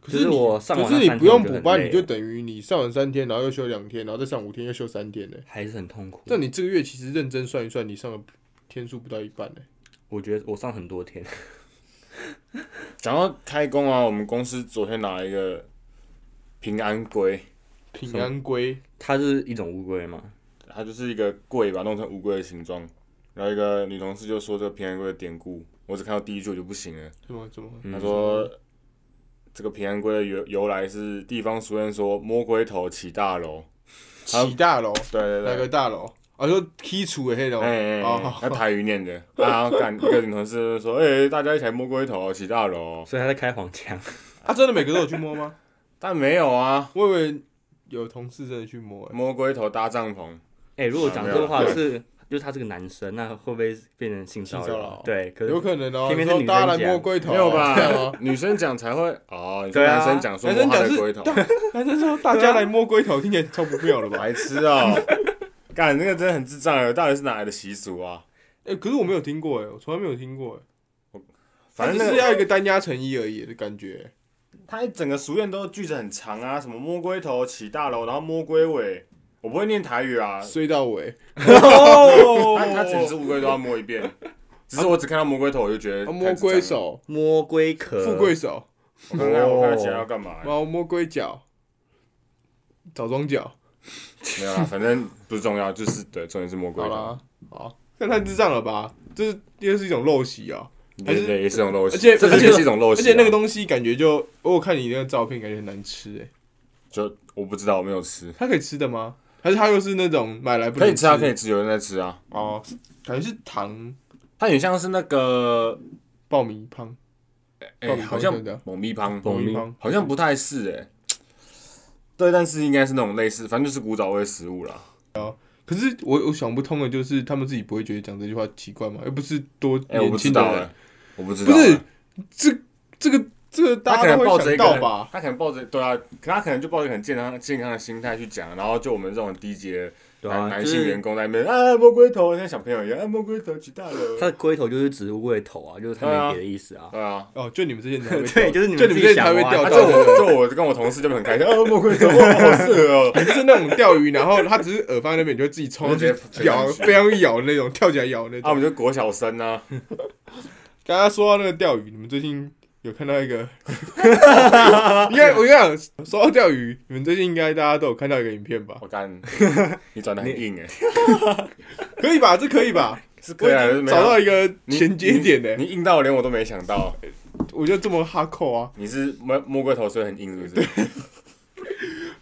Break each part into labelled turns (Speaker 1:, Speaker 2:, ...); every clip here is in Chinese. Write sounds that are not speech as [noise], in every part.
Speaker 1: 可是
Speaker 2: 就是
Speaker 1: 你
Speaker 2: 我上
Speaker 1: 可
Speaker 2: 完
Speaker 1: 是
Speaker 2: 那
Speaker 1: 你
Speaker 2: 三
Speaker 1: 不
Speaker 2: 天
Speaker 1: 用
Speaker 2: 就
Speaker 1: 补
Speaker 2: 很
Speaker 1: 班，
Speaker 2: 累啊
Speaker 1: 你就
Speaker 2: 了
Speaker 1: 等于你上完三天，然后又休两天，然后再上五天，又休三天呢。
Speaker 2: 还是很痛苦。
Speaker 1: 但你这个月其实认真算一算，你上了天数不到一半呢。
Speaker 2: 我觉得我上很多天， [laughs]
Speaker 3: 讲到开工啊，我们公司昨天拿了一个平安龟，
Speaker 1: 平安龟，
Speaker 2: 它是一种乌龟嘛，
Speaker 3: 它就是一个龟吧，弄成乌龟的形状。然后一个女同事就说这个平安龟的典故，我只看到第一句我就不行了。
Speaker 1: 怎么怎么？
Speaker 2: 嗯
Speaker 3: 她说这个平安龟的由由来是地方俗谚说“摸龟头起大楼好
Speaker 1: 起大楼”，，
Speaker 3: 对对
Speaker 1: 哪
Speaker 3: 对
Speaker 1: 个，大楼？啊，说剔除的黑楼。
Speaker 3: 哎哎哎
Speaker 1: 哦，，
Speaker 3: 那台语念的，然后干一个女同事就说：“哎、大家一起来摸龟头，起大楼。
Speaker 2: 所以它在开黄腔。 [laughs]
Speaker 1: 啊，真的每个都有去摸吗？”
Speaker 3: 但没有啊，
Speaker 1: 我以为有同事真的去摸欸，
Speaker 3: 摸龟头搭帐篷，
Speaker 2: 哎、如果讲这个
Speaker 3: 啊
Speaker 2: 话
Speaker 3: 没有
Speaker 2: 是，就是他是个男生，那会不会变成性骚
Speaker 1: 性骚
Speaker 2: 扰
Speaker 1: 扰？
Speaker 2: 对，可是
Speaker 1: 有可能哦。
Speaker 2: 偏
Speaker 1: 你
Speaker 2: 偏是
Speaker 1: 说
Speaker 2: 女
Speaker 1: 大家来
Speaker 2: 生
Speaker 1: 摸
Speaker 2: 讲
Speaker 1: 龟头，啊
Speaker 3: 没有吧
Speaker 1: 这样
Speaker 2: [laughs]
Speaker 1: 吗？？
Speaker 3: 女生讲才会哦，你说
Speaker 2: 对啊
Speaker 3: 男生讲说
Speaker 1: 哦男生
Speaker 3: 摸
Speaker 1: 讲
Speaker 3: 他的
Speaker 1: 是啊
Speaker 3: 龟头，
Speaker 1: [laughs] 男生说大家来摸龟头，听起来超不
Speaker 2: [laughs]
Speaker 1: 妙了吧？
Speaker 3: 白痴哦、 [laughs] 干那个真的很智障哎，到底是哪来的习俗啊？
Speaker 1: 哎，可是我没有听过哎，我从来没有听过哎，
Speaker 3: 反正
Speaker 1: 它
Speaker 3: 那
Speaker 1: 只是
Speaker 3: 个
Speaker 1: 要一个单压成一而已的感觉欸。
Speaker 3: 他一整个俗谚都句子很长啊，什么摸龟头起大楼，然后摸龟尾，我不会念台语啊，
Speaker 1: 衰到尾，
Speaker 2: 哦
Speaker 3: 他他整只乌龟都要摸一遍，只是我只看到摸龟头我就觉得
Speaker 1: 啊
Speaker 3: 太
Speaker 1: 摸
Speaker 3: 智障
Speaker 1: 龟
Speaker 3: 了，
Speaker 1: 手、
Speaker 2: 摸龟壳，哦
Speaker 1: 富贵手，
Speaker 3: 我看
Speaker 1: 哦
Speaker 3: 看我看看起来要干嘛欸、
Speaker 1: 然后摸龟脚、枣庄脚，
Speaker 3: 没有啦，反正不是重要，就是对，重点是摸龟
Speaker 1: 好
Speaker 3: 头，
Speaker 1: 啦，好，那太智障了吧？这是又是一种陋习啊，还
Speaker 3: 也
Speaker 1: 是
Speaker 3: 也是一种陋习，
Speaker 1: 而且
Speaker 3: 这
Speaker 1: 而且
Speaker 3: 也是一种陋
Speaker 1: 而
Speaker 3: 习、啊，
Speaker 1: 且那个东西感觉就，我有看你那个照片，感觉很难吃哎，
Speaker 3: 就我不知道，我没有吃，
Speaker 1: 它可以吃的吗？还是它又是那种买来不
Speaker 3: 可
Speaker 1: 能
Speaker 3: 以吃啊，可
Speaker 1: 以
Speaker 3: 以吃，有人在吃啊，
Speaker 1: 哦，是感觉是糖
Speaker 3: 它很像是那个，
Speaker 1: 爆米汤，
Speaker 3: 哎、
Speaker 1: 爆米
Speaker 3: 好
Speaker 1: 花
Speaker 3: 像
Speaker 1: 对的
Speaker 3: 某咪汤，嗯
Speaker 2: 某
Speaker 1: 爆米
Speaker 2: 咪
Speaker 1: 汤
Speaker 3: 好像不太是哎、对，但是应该是那种类似，反正就是古早味食物啦。
Speaker 1: 可是我我想不通的就是，他们自己不会觉得讲这句话奇怪吗？又不是多
Speaker 3: 哎、我
Speaker 1: 年
Speaker 3: 不知
Speaker 1: 轻的
Speaker 3: 道哎、
Speaker 1: 人，
Speaker 3: 我不知道、
Speaker 1: 不
Speaker 3: 欸，
Speaker 1: 是这这个这个
Speaker 3: 他
Speaker 1: 大家
Speaker 3: 可能
Speaker 1: 都
Speaker 3: 抱
Speaker 1: 会
Speaker 3: 着一
Speaker 1: 想
Speaker 3: 个
Speaker 1: 到吧？
Speaker 3: 他可能抱着对啊，可他可能就抱着一个很健康健康的心态去讲，然后就我们这种低级的
Speaker 2: 对
Speaker 3: 男、
Speaker 2: 啊，
Speaker 3: 男
Speaker 2: 就
Speaker 3: 性
Speaker 2: 是
Speaker 3: 员工在那边啊摸龟头，像小朋友一样啊摸龟头，起大
Speaker 2: 它
Speaker 3: 了。啊
Speaker 2: 的龟头就是指乌龟的头啊，就是他
Speaker 3: 对啊
Speaker 2: 没别的意思啊。
Speaker 3: 对啊，
Speaker 1: 哦，就你们这些人才会
Speaker 2: [laughs] 对，
Speaker 1: 掉
Speaker 2: 就是你
Speaker 1: 就
Speaker 2: 们
Speaker 1: 你
Speaker 2: 自己
Speaker 1: 们这
Speaker 2: 想
Speaker 1: 才会
Speaker 2: 挖
Speaker 1: 掉
Speaker 3: 啊、
Speaker 1: 到
Speaker 3: 就我就我跟我同事就很开心，啊摸龟头，哇好色哦。
Speaker 1: 你是那种钓鱼，然后他只是饵放在那边，你就自己
Speaker 3: 我
Speaker 1: 冲
Speaker 3: 就
Speaker 1: 上
Speaker 3: 直接
Speaker 1: 去咬，
Speaker 3: 全上去
Speaker 1: 非常咬的那种，跳起来咬的那
Speaker 3: 啊，我
Speaker 1: 种。
Speaker 3: 们就国小生啊，
Speaker 1: 刚刚说到那个钓鱼，你们最近有看到一个？ [laughs] 应该我跟你讲，说到钓鱼，你们最近应该大家都有看到一个影片吧？
Speaker 3: 我干，你转的很硬哎、
Speaker 1: 可以吧？这可以吧？
Speaker 3: 是可
Speaker 1: 我
Speaker 3: 以
Speaker 1: 已
Speaker 3: 啊，
Speaker 1: 经找到一个衔接点
Speaker 3: 的，
Speaker 1: 呢，
Speaker 3: 你硬到连我都没想到，欸
Speaker 1: 我就这么哈扣啊。
Speaker 3: 你是摸摸龟头所以很硬是不是？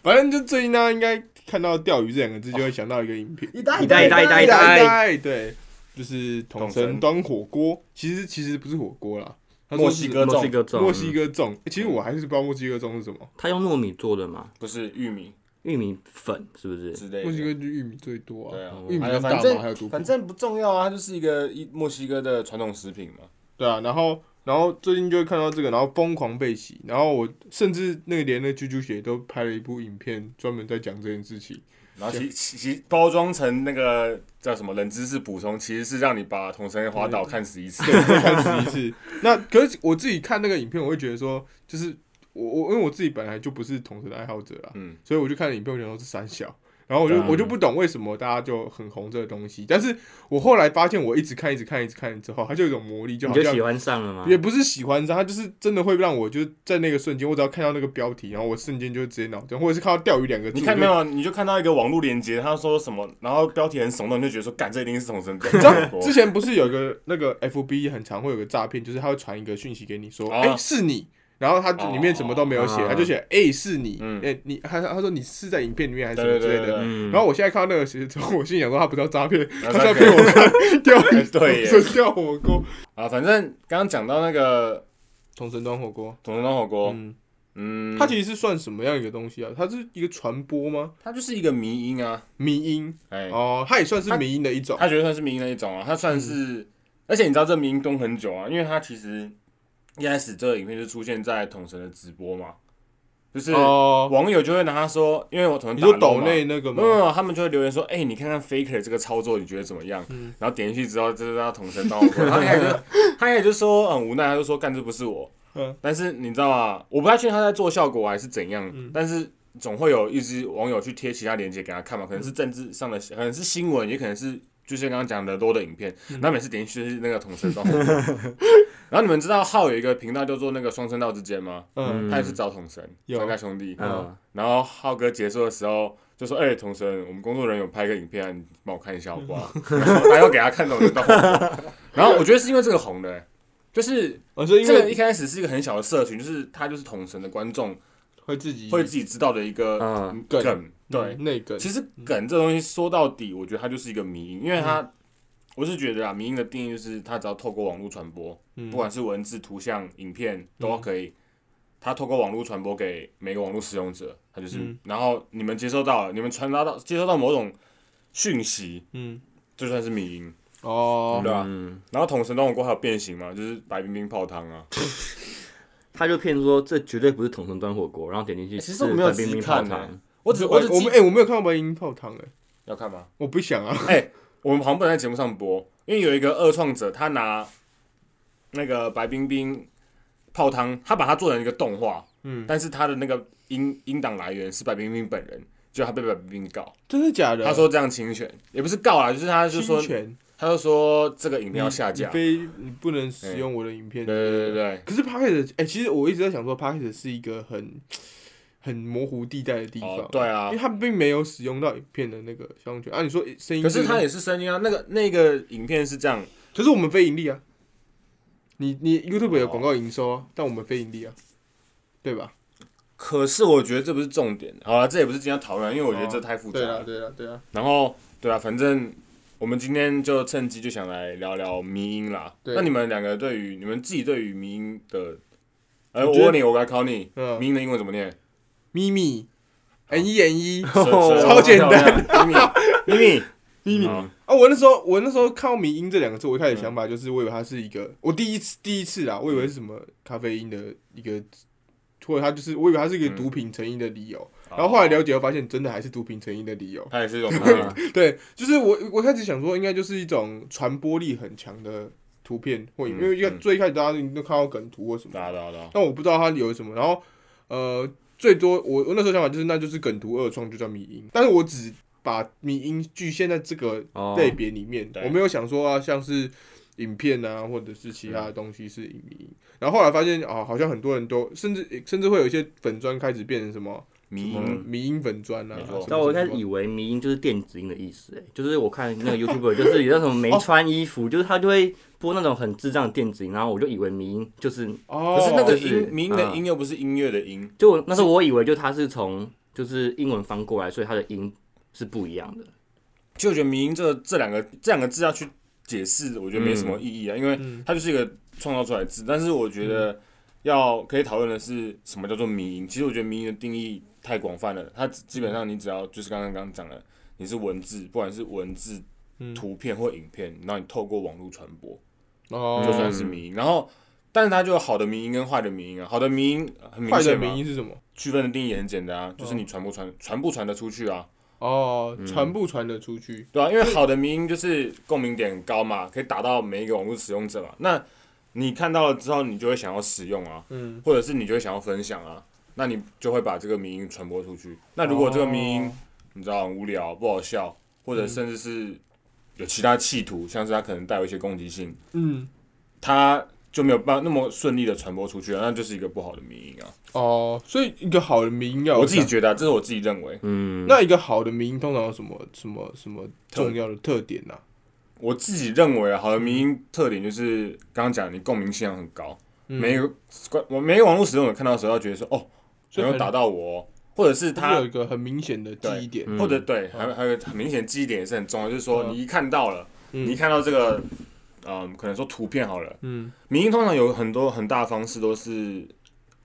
Speaker 1: 反正就最近大家应该看到“钓鱼”这两个字，就会想到一个影片。
Speaker 3: 一袋
Speaker 2: 一啊袋一袋
Speaker 1: 一
Speaker 2: 一袋
Speaker 1: 袋，对，就是统
Speaker 3: 统
Speaker 1: 神
Speaker 3: 神
Speaker 1: 端火锅，其实其实不是火锅啦，他说
Speaker 3: 墨
Speaker 1: 是
Speaker 3: 西哥
Speaker 2: 墨西
Speaker 3: 粽
Speaker 2: 哥粽，
Speaker 1: 墨西哥粽、欸其实我还是不知道墨西哥粽是什么，
Speaker 2: 它用糯米做的嘛，
Speaker 3: 不是玉米
Speaker 2: 玉米粉是不是？
Speaker 3: 之类
Speaker 1: 墨西
Speaker 3: 的。
Speaker 1: 哥就玉米最多
Speaker 3: 对
Speaker 1: 啊，
Speaker 3: 啊，
Speaker 1: 玉米
Speaker 3: 哎
Speaker 1: 跟
Speaker 3: 呀
Speaker 1: 大
Speaker 3: 反
Speaker 1: 麻还有
Speaker 3: 正
Speaker 1: 毒品
Speaker 3: 反，正不重要啊，它就是一个一墨西哥的传统食品嘛。
Speaker 1: 对啊，然后然后最近就会看到这个，然后疯狂被洗，然后我甚至那个连那啾啾鞋都拍了一部影片，专门在讲这件事情，
Speaker 3: 然后其其其包装成那个叫什么冷知识补充，其实是让你把同声滑倒看死一次。
Speaker 1: 对，再看十一次。那可是我自己看那个影片，我会觉得说，就是我我因为我自己本来就不是同神的爱好者啦，
Speaker 3: 嗯，
Speaker 1: 所以我就看了影片，我想说是三小，然后我就、
Speaker 2: 啊
Speaker 3: 嗯
Speaker 1: 我就不懂为什么大家就很红这个东西，但是我后来发现，我一直看一直看一直看之后，它就有一种魔力，就
Speaker 2: 你
Speaker 1: 好
Speaker 2: 就
Speaker 1: 像
Speaker 2: 喜欢上了吗？
Speaker 1: 也不是喜欢上，它就是真的会让我就在那个瞬间，我只要看到那个标题，然后我瞬间就直接脑中，或者是看到钓鱼两个字，
Speaker 3: 你看
Speaker 1: 我
Speaker 3: 没
Speaker 1: 就？
Speaker 3: 有？你就看到一个网络连接，他说什么，然后标题很耸动，你就觉得说，干这一定是同声
Speaker 1: 你
Speaker 3: 你
Speaker 1: 知
Speaker 3: [laughs]
Speaker 1: 道之前不是有个那个 FB 很常会有个诈骗，就是他会传一个讯息给你说，
Speaker 3: 啊
Speaker 1: 哎、是你，然后他就
Speaker 3: 哦
Speaker 1: 里面什么都没有写，
Speaker 2: 啊
Speaker 1: 他就写哎、是你，哎、
Speaker 3: 嗯
Speaker 1: 你，他他说你是在影片里面还是什
Speaker 3: 对
Speaker 1: 么之
Speaker 3: 对
Speaker 1: 类
Speaker 3: 对
Speaker 1: 的，
Speaker 3: 对对，
Speaker 2: 嗯，
Speaker 1: 然后我现在看到那个时候，我心想说他不叫诈
Speaker 3: [laughs]
Speaker 1: 骗，
Speaker 3: 然
Speaker 1: 他
Speaker 3: 后
Speaker 1: 是要
Speaker 3: 他
Speaker 1: 骗我看钓鱼，
Speaker 3: 对耶
Speaker 1: 说钓火锅，
Speaker 3: 啊，反正刚刚讲到那个
Speaker 1: 同神端火锅。
Speaker 3: 同声端火锅，
Speaker 1: 嗯，
Speaker 3: 嗯，
Speaker 1: 它其实是算什么样一个东西啊？它是一个传播吗？
Speaker 3: 它就是一个迷音啊，
Speaker 1: 迷音
Speaker 3: 哎、
Speaker 1: 哦，它也算是迷音的一种。
Speaker 3: 他觉得算是民营的一种啊，他算
Speaker 1: 嗯
Speaker 3: 是，而且你知道这民营蹲很久啊，因为他其实一开始这个影片就出现在统神的直播嘛，就是
Speaker 1: 哦，
Speaker 3: 网友就会拿他说，因为我可能
Speaker 1: 你
Speaker 3: 打啊
Speaker 1: 说
Speaker 3: 漏
Speaker 1: 抖
Speaker 3: 嘛
Speaker 1: 内那个
Speaker 3: 没有没
Speaker 1: 吗？
Speaker 3: 有，他们就会留言说：“哎、你看看 Faker 这个操作，你觉得怎么样？”
Speaker 1: 嗯
Speaker 3: 然后点进去之后，这是他同声
Speaker 1: [laughs]
Speaker 3: 道后他一开始就他一开始就说很无奈，他就说：“干这不是我。”
Speaker 1: 嗯
Speaker 3: 但是你知道吗？我不太确定他在做效果还是怎样，
Speaker 1: 嗯
Speaker 3: 但是总会有一支网友去贴其他链接给他看嘛，
Speaker 1: 嗯
Speaker 3: 可能是政治上的，可能是新闻，也可能是就像刚刚讲的多的影片，
Speaker 1: 嗯
Speaker 3: 然后每次点进去就是那个同声道。
Speaker 1: [laughs]
Speaker 3: 然后你们知道浩有一个频道叫做那个双声道之间吗？
Speaker 1: 嗯，
Speaker 3: 他也是找统神，
Speaker 1: 有
Speaker 3: 三大兄弟，
Speaker 2: 嗯，
Speaker 3: 然后浩哥结束的时候就说：“哎、同神，我们工作人员有拍个影片啊，你帮我看一下好不好？” [laughs] 他要给他看懂就到。然后我觉得是因为这个红的、就是
Speaker 1: 我哦说因
Speaker 3: 这个一
Speaker 1: 为
Speaker 3: 开始是一个很小的社群，就是他就是同神的观众
Speaker 1: 会自己
Speaker 3: 会自己知道的一个
Speaker 2: 嗯，
Speaker 1: 梗
Speaker 3: 梗。对，
Speaker 1: 那个
Speaker 3: 其实梗这东西说到底，我觉得它就是一个迷因，因为它我是觉得啊，迷因的定义就是它只要透过网络传播，
Speaker 1: 嗯
Speaker 3: 不管是文字、图像、影片都可以，它透过网络传播给每个网络使用者，它就是，
Speaker 1: 嗯
Speaker 3: 然后你们接收到了，你们传达到接收到某种讯息，
Speaker 1: 嗯
Speaker 3: 就算是迷因。
Speaker 1: 哦，
Speaker 3: 对啊
Speaker 2: 嗯，
Speaker 3: 然后统神动过还有变形嘛，就是白冰冰泡汤啊。
Speaker 2: 他就骗说这绝对不是统神端火锅，然后点进去
Speaker 3: 欸其
Speaker 2: 吃
Speaker 3: 实我没有
Speaker 2: 白冰
Speaker 3: 仔细
Speaker 2: 冰
Speaker 3: 看
Speaker 2: 泡
Speaker 3: 欸
Speaker 2: 汤，
Speaker 3: 我只
Speaker 1: 我
Speaker 3: 只
Speaker 1: 我
Speaker 3: 记
Speaker 1: 们哎，我没有看到白银泡汤哎，
Speaker 3: 要看吗？
Speaker 1: 我不想啊，
Speaker 3: 哎、我们好像不能在节目上播，因为有一个二创者，他拿那个白冰冰泡汤，他把它做成一个动画，
Speaker 1: 嗯，
Speaker 3: 但是他的那个音音档来源是白冰冰本人，就他被白冰冰告，
Speaker 1: [laughs] 真的假的？
Speaker 3: 他说这样侵权，也不是告啦，就是他就说
Speaker 1: 侵权，
Speaker 3: 他就说这个影
Speaker 1: 你
Speaker 3: 片要下架，
Speaker 1: 你
Speaker 3: 对
Speaker 1: 非你不能使用我的影片。
Speaker 3: 对对对，
Speaker 1: 可是 p a c k e t 哎，其实我一直在想说 p a c k e t 是一个很很模糊地带的地
Speaker 3: 哦
Speaker 1: 方，
Speaker 3: 对啊
Speaker 1: 因为，他并没有使用到影片的那个肖像权啊。你说声音
Speaker 3: 可
Speaker 1: 这个东西，
Speaker 3: 是他也是声音啊，那个那个影片是这样，
Speaker 1: 可是我们非盈利啊，你你 YouTube
Speaker 3: 哦
Speaker 1: 有广告营收啊，但我们非盈利啊，对吧？
Speaker 3: 可是我觉得这不是重点，好了，这也不是今天要讨论，因为我觉得这太复杂
Speaker 1: 对
Speaker 3: 了
Speaker 1: 啊，。对啊，对啊，
Speaker 3: 然后对啊，反正我们今天就趁机就想来聊聊迷音啦。
Speaker 1: 对
Speaker 3: 那你们两个对于你们自己对于迷音的，呃，
Speaker 1: 我
Speaker 3: 我
Speaker 1: 觉得
Speaker 3: 问你，我来考你，
Speaker 1: 嗯
Speaker 3: 迷，音的英文怎么念？
Speaker 1: 咪咪，N 一 N 一啊！超
Speaker 3: 超
Speaker 1: 简
Speaker 3: 单，咪咪咪咪咪
Speaker 2: 嗯
Speaker 1: 啊我那时候我那时候看到“迷音”这两个字，我一开始想法就是，我以为它是一
Speaker 3: 嗯
Speaker 1: 个，我第一次第一次啦，我以为是什么咖啡因的一个，或者它就是，我以为它是一个
Speaker 3: 嗯哦
Speaker 1: 毒品成因的理由。然后后来了解，发现真的还是毒品成因的理由。 [laughs]
Speaker 3: 它也是一种迷音
Speaker 2: 嗯
Speaker 1: 对，就是我我开始想说，应该就是一种传播力很强的图片或影片，
Speaker 3: 嗯
Speaker 1: 因为一
Speaker 3: 嗯
Speaker 1: 最一开始大家都看到梗图或什么，
Speaker 3: 对啊对啊对啊，
Speaker 1: 但我不知道它有什么。然后呃，最多我我那时候想法就是，那就是梗图二创就叫迷音，但是我只把迷音局限在这个
Speaker 2: 哦，
Speaker 1: 类别里面，
Speaker 3: 对
Speaker 1: 我没有想说啊，像是影片啊，或者是其他的东西是影迷。然后后来发现啊，好像很多人都甚至甚至会有一些粉砖开始变成什么
Speaker 3: 迷
Speaker 1: 嗯
Speaker 3: 音
Speaker 1: 迷音粉砖啊
Speaker 3: 没错
Speaker 1: 什么。
Speaker 2: 但我一开
Speaker 1: 什
Speaker 2: 始
Speaker 1: 么
Speaker 2: 以为迷音就是电子音的意思，哎，就是我看那个 YouTuber，就是有那种没穿衣服， [laughs] 就是他就会播那种很智障的电子音，然后我就以为迷音就是，
Speaker 1: 哦，
Speaker 3: 可是那个
Speaker 2: 就是
Speaker 3: 音迷音的
Speaker 2: 嗯
Speaker 3: 音又不是音乐的音，
Speaker 2: 就我那时候我以为就他是从就是英文翻过来，所以他的音是不一样的。
Speaker 3: 就我觉得迷音这这两个这两个字要去解释，我觉得没什么意义啊，因为
Speaker 1: 嗯
Speaker 3: 它就是一个创造出来的字，但是我觉得要可以讨论的是什么叫做迷因。其实我觉得迷因的定义太广泛了，它基本上你只要就是刚刚刚讲的，你是文字，不管是文字、
Speaker 1: 嗯
Speaker 3: 图片或影片，然后你透过网络传播，
Speaker 1: 哦，
Speaker 3: 就算是迷因。然后，但是它就有好的迷因跟坏的迷因啊。好的迷因呃很明
Speaker 1: 坏的哦
Speaker 3: 显
Speaker 1: 名
Speaker 3: 嘛，
Speaker 1: 义是什么？
Speaker 3: 区分的定义也很简单啊，就是你传不传传不传得出去啊，
Speaker 1: 哦，传不传得出去？
Speaker 3: 对啊，因为好的迷音就是共鸣点很高嘛，可以达到每一个网络使用者嘛。那你看到了之后，你就会想要使用啊。
Speaker 1: 嗯，
Speaker 3: 或者是你就会想要分享啊，那你就会把这个迷音传播出去。那如果这个迷音、
Speaker 1: 哦
Speaker 3: 你知道很无聊、不好笑，或者甚至是有其他企图，像是它可能带有一些攻击性，
Speaker 1: 嗯，
Speaker 3: 它就没有办法那么顺利的传播出去啊，那就是一个不好的迷音啊。
Speaker 1: 哦，所以一个好的名音要有
Speaker 3: 我自己
Speaker 1: 啥
Speaker 3: 觉得、啊，这是我自己认为，
Speaker 2: 嗯，
Speaker 1: 那一个好的名音通常有什么什么什么
Speaker 3: 特
Speaker 1: 重要的特点啊呢？
Speaker 3: 我自己认为啊好的迷音特点就是刚刚讲的，你共鸣性要很高，
Speaker 1: 嗯
Speaker 3: 每个我每个网络使用者看到的时候，要觉得说哦，
Speaker 1: 所以
Speaker 3: 没有
Speaker 1: 很
Speaker 3: 打到我、哦，或者是
Speaker 1: 嗯就
Speaker 3: 他
Speaker 1: 有一个很明显的记忆点。
Speaker 2: 嗯
Speaker 3: 或者对，还有还有很明显记忆点也是很重要，就是说
Speaker 1: 嗯
Speaker 3: 你一看到了，
Speaker 1: 嗯
Speaker 3: 你一看到这个，嗯，可能说图片好了，
Speaker 1: 嗯
Speaker 3: 民音通常有很多很大的方式都是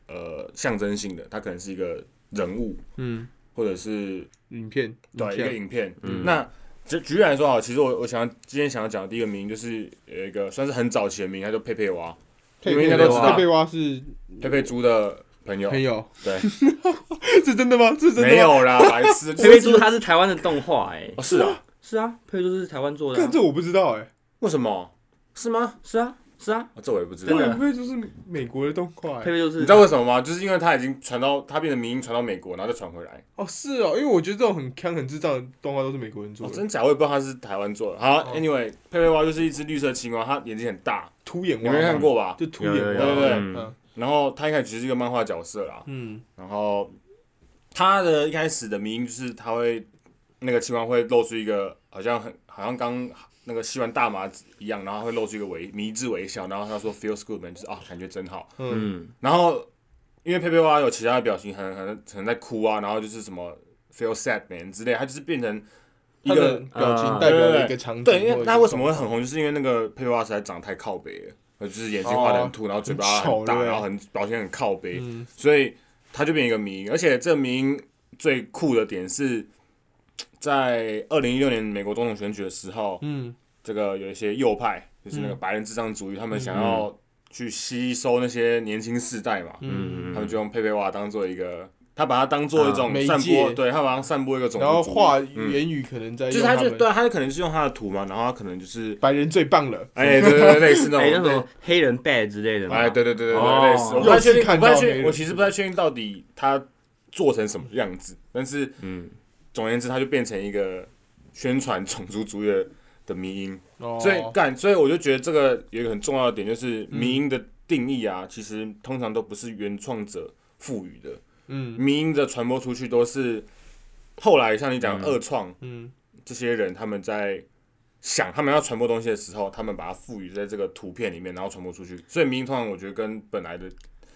Speaker 3: 呃象征性的，它可能是一个人物
Speaker 1: 嗯，
Speaker 3: 或者是
Speaker 1: 影片
Speaker 3: 对
Speaker 1: 影
Speaker 3: 一个
Speaker 1: 像
Speaker 3: 影片。
Speaker 2: 嗯
Speaker 3: 那举举例来说好，啊其实我我想要今天想要讲的第一个名就是有一个算是很早期的名，它叫佩佩蛙，
Speaker 1: 佩
Speaker 3: 你们应该
Speaker 1: 佩
Speaker 3: 都
Speaker 1: 蛙
Speaker 3: 知道
Speaker 1: 佩佩蛙是
Speaker 3: 佩佩猪的朋友
Speaker 1: 朋，友，
Speaker 3: 对，
Speaker 1: [laughs] 是真的吗？是真的吗
Speaker 3: 没？有啊啦，白
Speaker 2: [laughs]
Speaker 3: 痴，
Speaker 2: 佩珠它是台湾的动画，哎，
Speaker 3: 哦是啊，
Speaker 2: 是啊，佩珠是台湾做的
Speaker 1: 看
Speaker 2: 啊，
Speaker 1: 这我不知道哎，
Speaker 3: 为什么？是吗？
Speaker 2: 是啊，是啊，
Speaker 3: 哦这我也不知
Speaker 2: 真
Speaker 3: 道
Speaker 2: 的。
Speaker 1: 会不会就是美国的动画
Speaker 2: 佩
Speaker 1: 欸？
Speaker 2: 佩就
Speaker 3: 哎你
Speaker 2: 是
Speaker 3: 知道为什么吗？就是因为它已经传到，它变成民音传到美国，然后再传回来。
Speaker 1: 哦，是哦，因为我觉得这种很坑、很智障的动画都是美国人做
Speaker 3: 哦，
Speaker 1: 的，
Speaker 3: 真假我也不知道它是台湾做的。好
Speaker 1: 哦
Speaker 3: ，Anyway，佩佩蛙就是一只绿色青蛙，它眼睛很大，
Speaker 1: 凸眼
Speaker 3: 你
Speaker 1: 蛙
Speaker 3: 没
Speaker 1: 嘛
Speaker 3: 看，过吧？
Speaker 1: 就凸
Speaker 2: 有有
Speaker 1: 眼
Speaker 2: 有
Speaker 3: 对
Speaker 1: 蛙
Speaker 3: 对对
Speaker 1: 嘛。
Speaker 2: 嗯
Speaker 1: 嗯
Speaker 3: 然后它一开始其实是一个漫画角色啦，
Speaker 1: 嗯
Speaker 3: 然后它的一开始的名就是它会那个青蛙会露出一个好像很好像刚那个吸完大麻一样，然后会露出一个微迷之微笑，然后他说 feels good man，就是啊感觉真好。
Speaker 1: 嗯
Speaker 2: 嗯，
Speaker 3: 然后因为佩佩蛙有其他的表情很很很在哭啊，然后就是什么 feel sad man 之类，它就是变成一
Speaker 1: 他的
Speaker 3: 个
Speaker 1: 表情
Speaker 2: 啊
Speaker 1: 代表了一
Speaker 3: 呃对
Speaker 1: 个场景或者
Speaker 3: 对，
Speaker 1: 一个状态。
Speaker 3: 因为它为什么会很红，就是因为那个佩佩蛙实在长得太靠北了，呃就是眼睛画的很凸，然后嘴巴
Speaker 1: 哦很丑
Speaker 3: 很
Speaker 1: 对
Speaker 3: 大，
Speaker 1: 不对
Speaker 3: 然后很表情很靠北，
Speaker 1: 嗯？
Speaker 3: 所以它就变成一个迷。而且这个迷最酷的点是在二零一六年美国总统选举的时候，
Speaker 1: 嗯
Speaker 3: 这个有一些右派，就是那个白人至上主义，他们想要去吸收那些年轻世代嘛，
Speaker 1: 嗯，
Speaker 2: 嗯
Speaker 3: 他们就用佩佩蛙当做一个，他把它当做一种
Speaker 1: 啊媒
Speaker 3: 散播，
Speaker 1: 介
Speaker 3: 对他把它散播一个种族
Speaker 1: 然后
Speaker 3: 主义
Speaker 1: 话
Speaker 3: 嗯
Speaker 1: 言语可能在
Speaker 3: 就
Speaker 1: 用
Speaker 3: 是他
Speaker 1: 他
Speaker 3: 就
Speaker 1: 们
Speaker 3: 对他可能是用他的图嘛，然后他可能就是
Speaker 1: 白人最棒了， [laughs]
Speaker 3: 哎，对对对，类似
Speaker 2: 哎，那
Speaker 3: 那种。
Speaker 2: 种黑人 bad 之类的嘛，
Speaker 3: 哎，对对对对
Speaker 2: 哦
Speaker 3: 对，类似。我不太确
Speaker 1: 又
Speaker 3: 定，
Speaker 1: 是看
Speaker 3: 我不
Speaker 1: 到
Speaker 3: 太
Speaker 1: 黑
Speaker 3: 确，
Speaker 1: 人
Speaker 3: 我其实不太确定到底他做成什么样子，但是
Speaker 2: 嗯，
Speaker 3: 总而言之，它就变成一个宣传种族主义的的迷因。
Speaker 1: 哦
Speaker 3: 所以干，所以我就觉得这个有一个很重要的点，就是迷因的定义啊，其实通常都不是原创者赋予的，
Speaker 1: 嗯
Speaker 3: 迷因的传播出去都是后来像你讲的二创
Speaker 1: 嗯
Speaker 3: 这些人他们在。想他们要传播东西的时候，他们把它赋予在这个图片里面，然后传播出去。所以，迷因通常我觉得跟本来的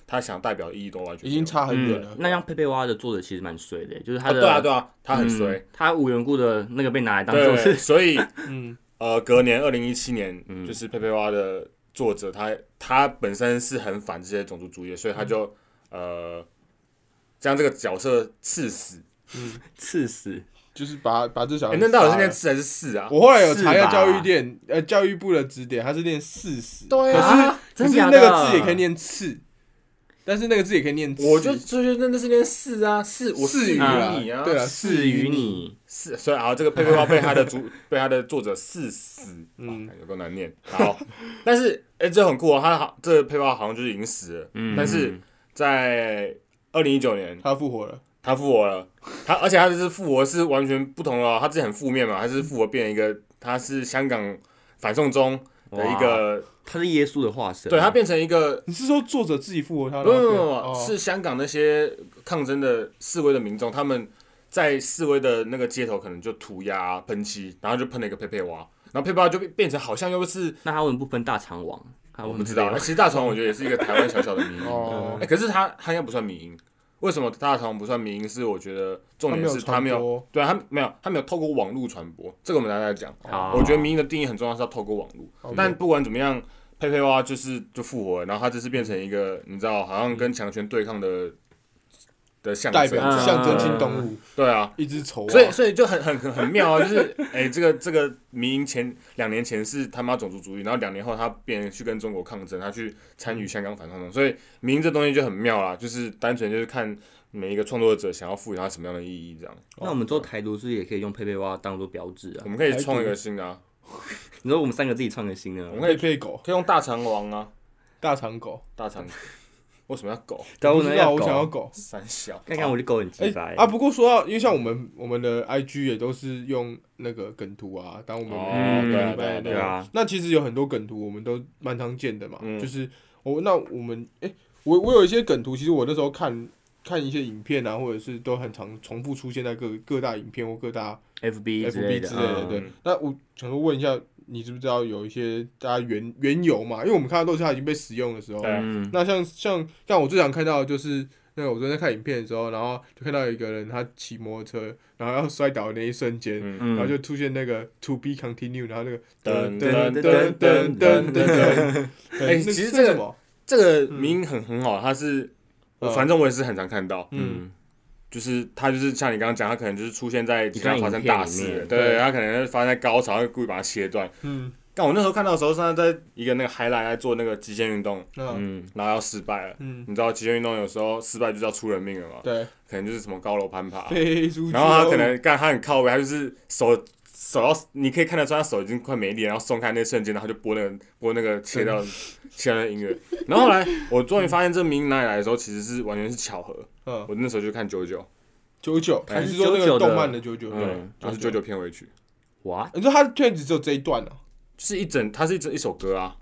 Speaker 3: 他想代表的意义都完全
Speaker 1: 已
Speaker 3: 没有
Speaker 1: 经差很远
Speaker 2: 嗯
Speaker 1: 了，。
Speaker 2: 那像佩佩蛙的作者其实蛮衰的，就是他
Speaker 3: 啊
Speaker 2: 的
Speaker 3: 对啊，对啊，他很
Speaker 2: 嗯
Speaker 3: 衰。
Speaker 2: 他无缘故的那个被拿来当做
Speaker 3: 对，
Speaker 2: 是 [laughs]
Speaker 3: 所以
Speaker 1: 嗯
Speaker 3: 呃，隔年二零一七年，
Speaker 2: 嗯
Speaker 3: 就是佩佩蛙的作者，他他本身是很反这些种族主义的，所以他就、呃将这个角色刺死。
Speaker 1: 嗯，
Speaker 2: 刺
Speaker 3: [laughs]
Speaker 2: 死，
Speaker 1: 就是把把这小孩
Speaker 3: 哎、那到底是
Speaker 1: 哦杀了
Speaker 3: 念刺还是四啊？
Speaker 1: 我后来有查一
Speaker 2: 是
Speaker 1: 下
Speaker 2: 吧
Speaker 1: 教育店，呃，教育部的指点，它是念四十，
Speaker 3: 对
Speaker 1: 啊
Speaker 3: 啊，
Speaker 1: 可
Speaker 2: 真
Speaker 1: 是
Speaker 2: 假
Speaker 1: 那
Speaker 2: 的？
Speaker 1: 个字也可以，念次，但是那个字也可以念刺，
Speaker 3: 我就就觉得那是念四啊，四我
Speaker 1: 赐
Speaker 3: 赐
Speaker 1: 予
Speaker 3: 予
Speaker 1: 啊
Speaker 3: 你啊，
Speaker 1: 对啊，
Speaker 2: 赐予，你，
Speaker 3: 四，所以啊，这个佩佩蛙被他的主被他的作者刺死，
Speaker 1: 嗯
Speaker 3: 嗯，有够难念。好， [laughs] 但是哎、这很酷哦，他好，这个佩佩蛙好像就是已经死了，
Speaker 2: 嗯，
Speaker 3: 但是在二零一九年，
Speaker 1: 他复活了，
Speaker 3: 他复活了，他而且他这次复活是完全不同了哦，他之前很负面嘛，他是复活变成一个，他是香港反送中的一个，
Speaker 2: 他是耶稣的化身，
Speaker 3: 对他变成一个，
Speaker 1: 你是说作者自己复活他
Speaker 3: 不
Speaker 1: 的？
Speaker 3: 不不
Speaker 1: 哦
Speaker 3: 不，是香港那些抗争的示威的民众，他们在示威的那个街头可能就涂鸦啊、喷漆，然后就喷了一个佩佩蛙，然后佩佩蛙就变成好像又是
Speaker 2: 那他为什么不分大肠王？他
Speaker 3: 啊我
Speaker 2: 为什
Speaker 3: 不
Speaker 2: 么啊这
Speaker 3: 知道，那
Speaker 2: 样
Speaker 3: 其实大船我觉得也是一个台湾小小的 [laughs] 迷因。
Speaker 1: 哦
Speaker 3: 哎、，可是他他应该不算迷因，为什么大肠不算迷因？是我觉得重
Speaker 1: 他没
Speaker 3: 点
Speaker 1: 有
Speaker 3: 是他没
Speaker 1: 传
Speaker 3: 有，
Speaker 1: 播
Speaker 3: 对他没有，他没有透过网络传播，这个我们等一下再讲。
Speaker 2: 好，
Speaker 3: 我觉得迷因的定义很重要，是要透过网络。
Speaker 1: OK
Speaker 3: 但不管怎么样，佩佩蛙就是就复活了，然后他这次变成一个你知道，好像跟强权对抗的的象
Speaker 1: 代
Speaker 3: 征
Speaker 1: 表
Speaker 2: 嗯
Speaker 3: 这
Speaker 2: 啊
Speaker 3: 样。
Speaker 1: 象征性动物，
Speaker 3: 对啊，
Speaker 1: 一只丑蛙，
Speaker 3: 所以所以就很很很很妙啊，就是 [laughs] 哎、这个这个迷因前两年前是他妈种族主义，然后两年后他变成去跟中国抗争，他去参与香港反
Speaker 1: 嗯
Speaker 3: 抗中，所以迷因这东西就很妙啦，就是单纯就是看每一个创作者想要赋予它什么样的意义这样。
Speaker 1: 啊
Speaker 2: 那我们做台独是不是也可以用佩佩蛙当做标志啊
Speaker 3: 我？们可以创一个新的、啊，
Speaker 2: 你说我们三个自己创个新的
Speaker 3: 我
Speaker 2: 吗，
Speaker 3: 们可
Speaker 1: 佩
Speaker 3: 以
Speaker 1: 佩狗、
Speaker 3: 可以用大肠王啊，
Speaker 1: 大长狗，
Speaker 3: 大肠。为什么要狗？
Speaker 2: 但
Speaker 1: 不
Speaker 2: 我
Speaker 1: 知
Speaker 2: 能
Speaker 1: 道
Speaker 2: 要
Speaker 1: 我想要
Speaker 2: 狗，
Speaker 1: 狗。
Speaker 3: 三小。
Speaker 2: 看看我就狗很鸡
Speaker 1: 哎、
Speaker 2: 掰
Speaker 1: 啊！不过说到，因为像我们我们的 IG 也都是用那个梗图啊，当我们
Speaker 3: 哦
Speaker 2: 嗯
Speaker 1: 每个
Speaker 3: 对
Speaker 1: 礼拜
Speaker 3: 啊
Speaker 1: 的
Speaker 2: 对
Speaker 1: 那个
Speaker 2: 啊，
Speaker 1: 那其实有很多梗图，我们都蛮常见的嘛。
Speaker 3: 嗯
Speaker 1: 就是我那我们哎、我我有一些梗图，其实我那时候看看一些影片啊，或者是都很常重复出现在各各大影片或各大
Speaker 2: ，FB 之
Speaker 1: FB
Speaker 2: 类
Speaker 1: 之
Speaker 2: 的，
Speaker 1: 类的。
Speaker 2: 嗯
Speaker 1: 对
Speaker 3: 嗯，
Speaker 1: 那我想说问一下，你知不知道有一些大家原原由嘛？因为我们看到都是它已经被使用的时候，
Speaker 3: 对
Speaker 2: 嗯，
Speaker 1: 那像像像我最常看到的就是那个我昨天在看影片的时候，然后就看到有一个人他骑摩托车，然后要摔倒的那一瞬间，
Speaker 3: 嗯，
Speaker 2: 嗯
Speaker 1: 然后就出现那个 to be continue，然后那个
Speaker 3: 噔
Speaker 1: 噔
Speaker 2: 噔
Speaker 1: 噔
Speaker 2: 噔
Speaker 1: 噔噔
Speaker 2: 噔
Speaker 1: 噔。
Speaker 3: 哎
Speaker 1: 那
Speaker 3: 其实
Speaker 1: 是
Speaker 3: 这个
Speaker 1: 什么？
Speaker 3: 这个名很很好，它是，我
Speaker 1: 嗯
Speaker 3: 反正我也是很常看到，
Speaker 1: 嗯，
Speaker 2: 嗯，
Speaker 3: 就是它就是像你刚刚讲，它可能就是出现在即
Speaker 2: 一张
Speaker 3: 将
Speaker 2: 影
Speaker 3: 发
Speaker 2: 片
Speaker 3: 生大事
Speaker 2: 里
Speaker 3: 了，
Speaker 2: 面
Speaker 1: 对
Speaker 3: 对，它可能发生在高潮，它故意把它切断。
Speaker 1: 嗯，
Speaker 3: 但我那时候看到的时候，是他在一个那个 highlight 在做那个极限运动，
Speaker 1: 嗯
Speaker 2: 嗯，
Speaker 3: 然后要失败了。
Speaker 1: 嗯，
Speaker 3: 你知道极限运动有时候失败就是要出人命了嘛，
Speaker 1: 对，
Speaker 3: 可能就是什么高楼攀爬，啊
Speaker 1: 飞出去，
Speaker 3: 然后他可能干他很靠背，他就是手手要，你可以看得出他手已经快没力了，然后松开那瞬间，然后就播那个播那个切掉切掉的音乐。然后后来我终于发现这名哪里来的时候，其实是完全是巧合。
Speaker 1: 嗯，
Speaker 3: 我那时候就看九九，
Speaker 1: 九九，
Speaker 3: 哎
Speaker 1: 还是说那个
Speaker 2: 99的
Speaker 1: 动漫的九九？对
Speaker 3: 嗯，，然后是九。九片尾曲，
Speaker 2: 哇，
Speaker 1: 你说他的片子只有这一段哦，
Speaker 3: 是一整，它是一整一首歌啊，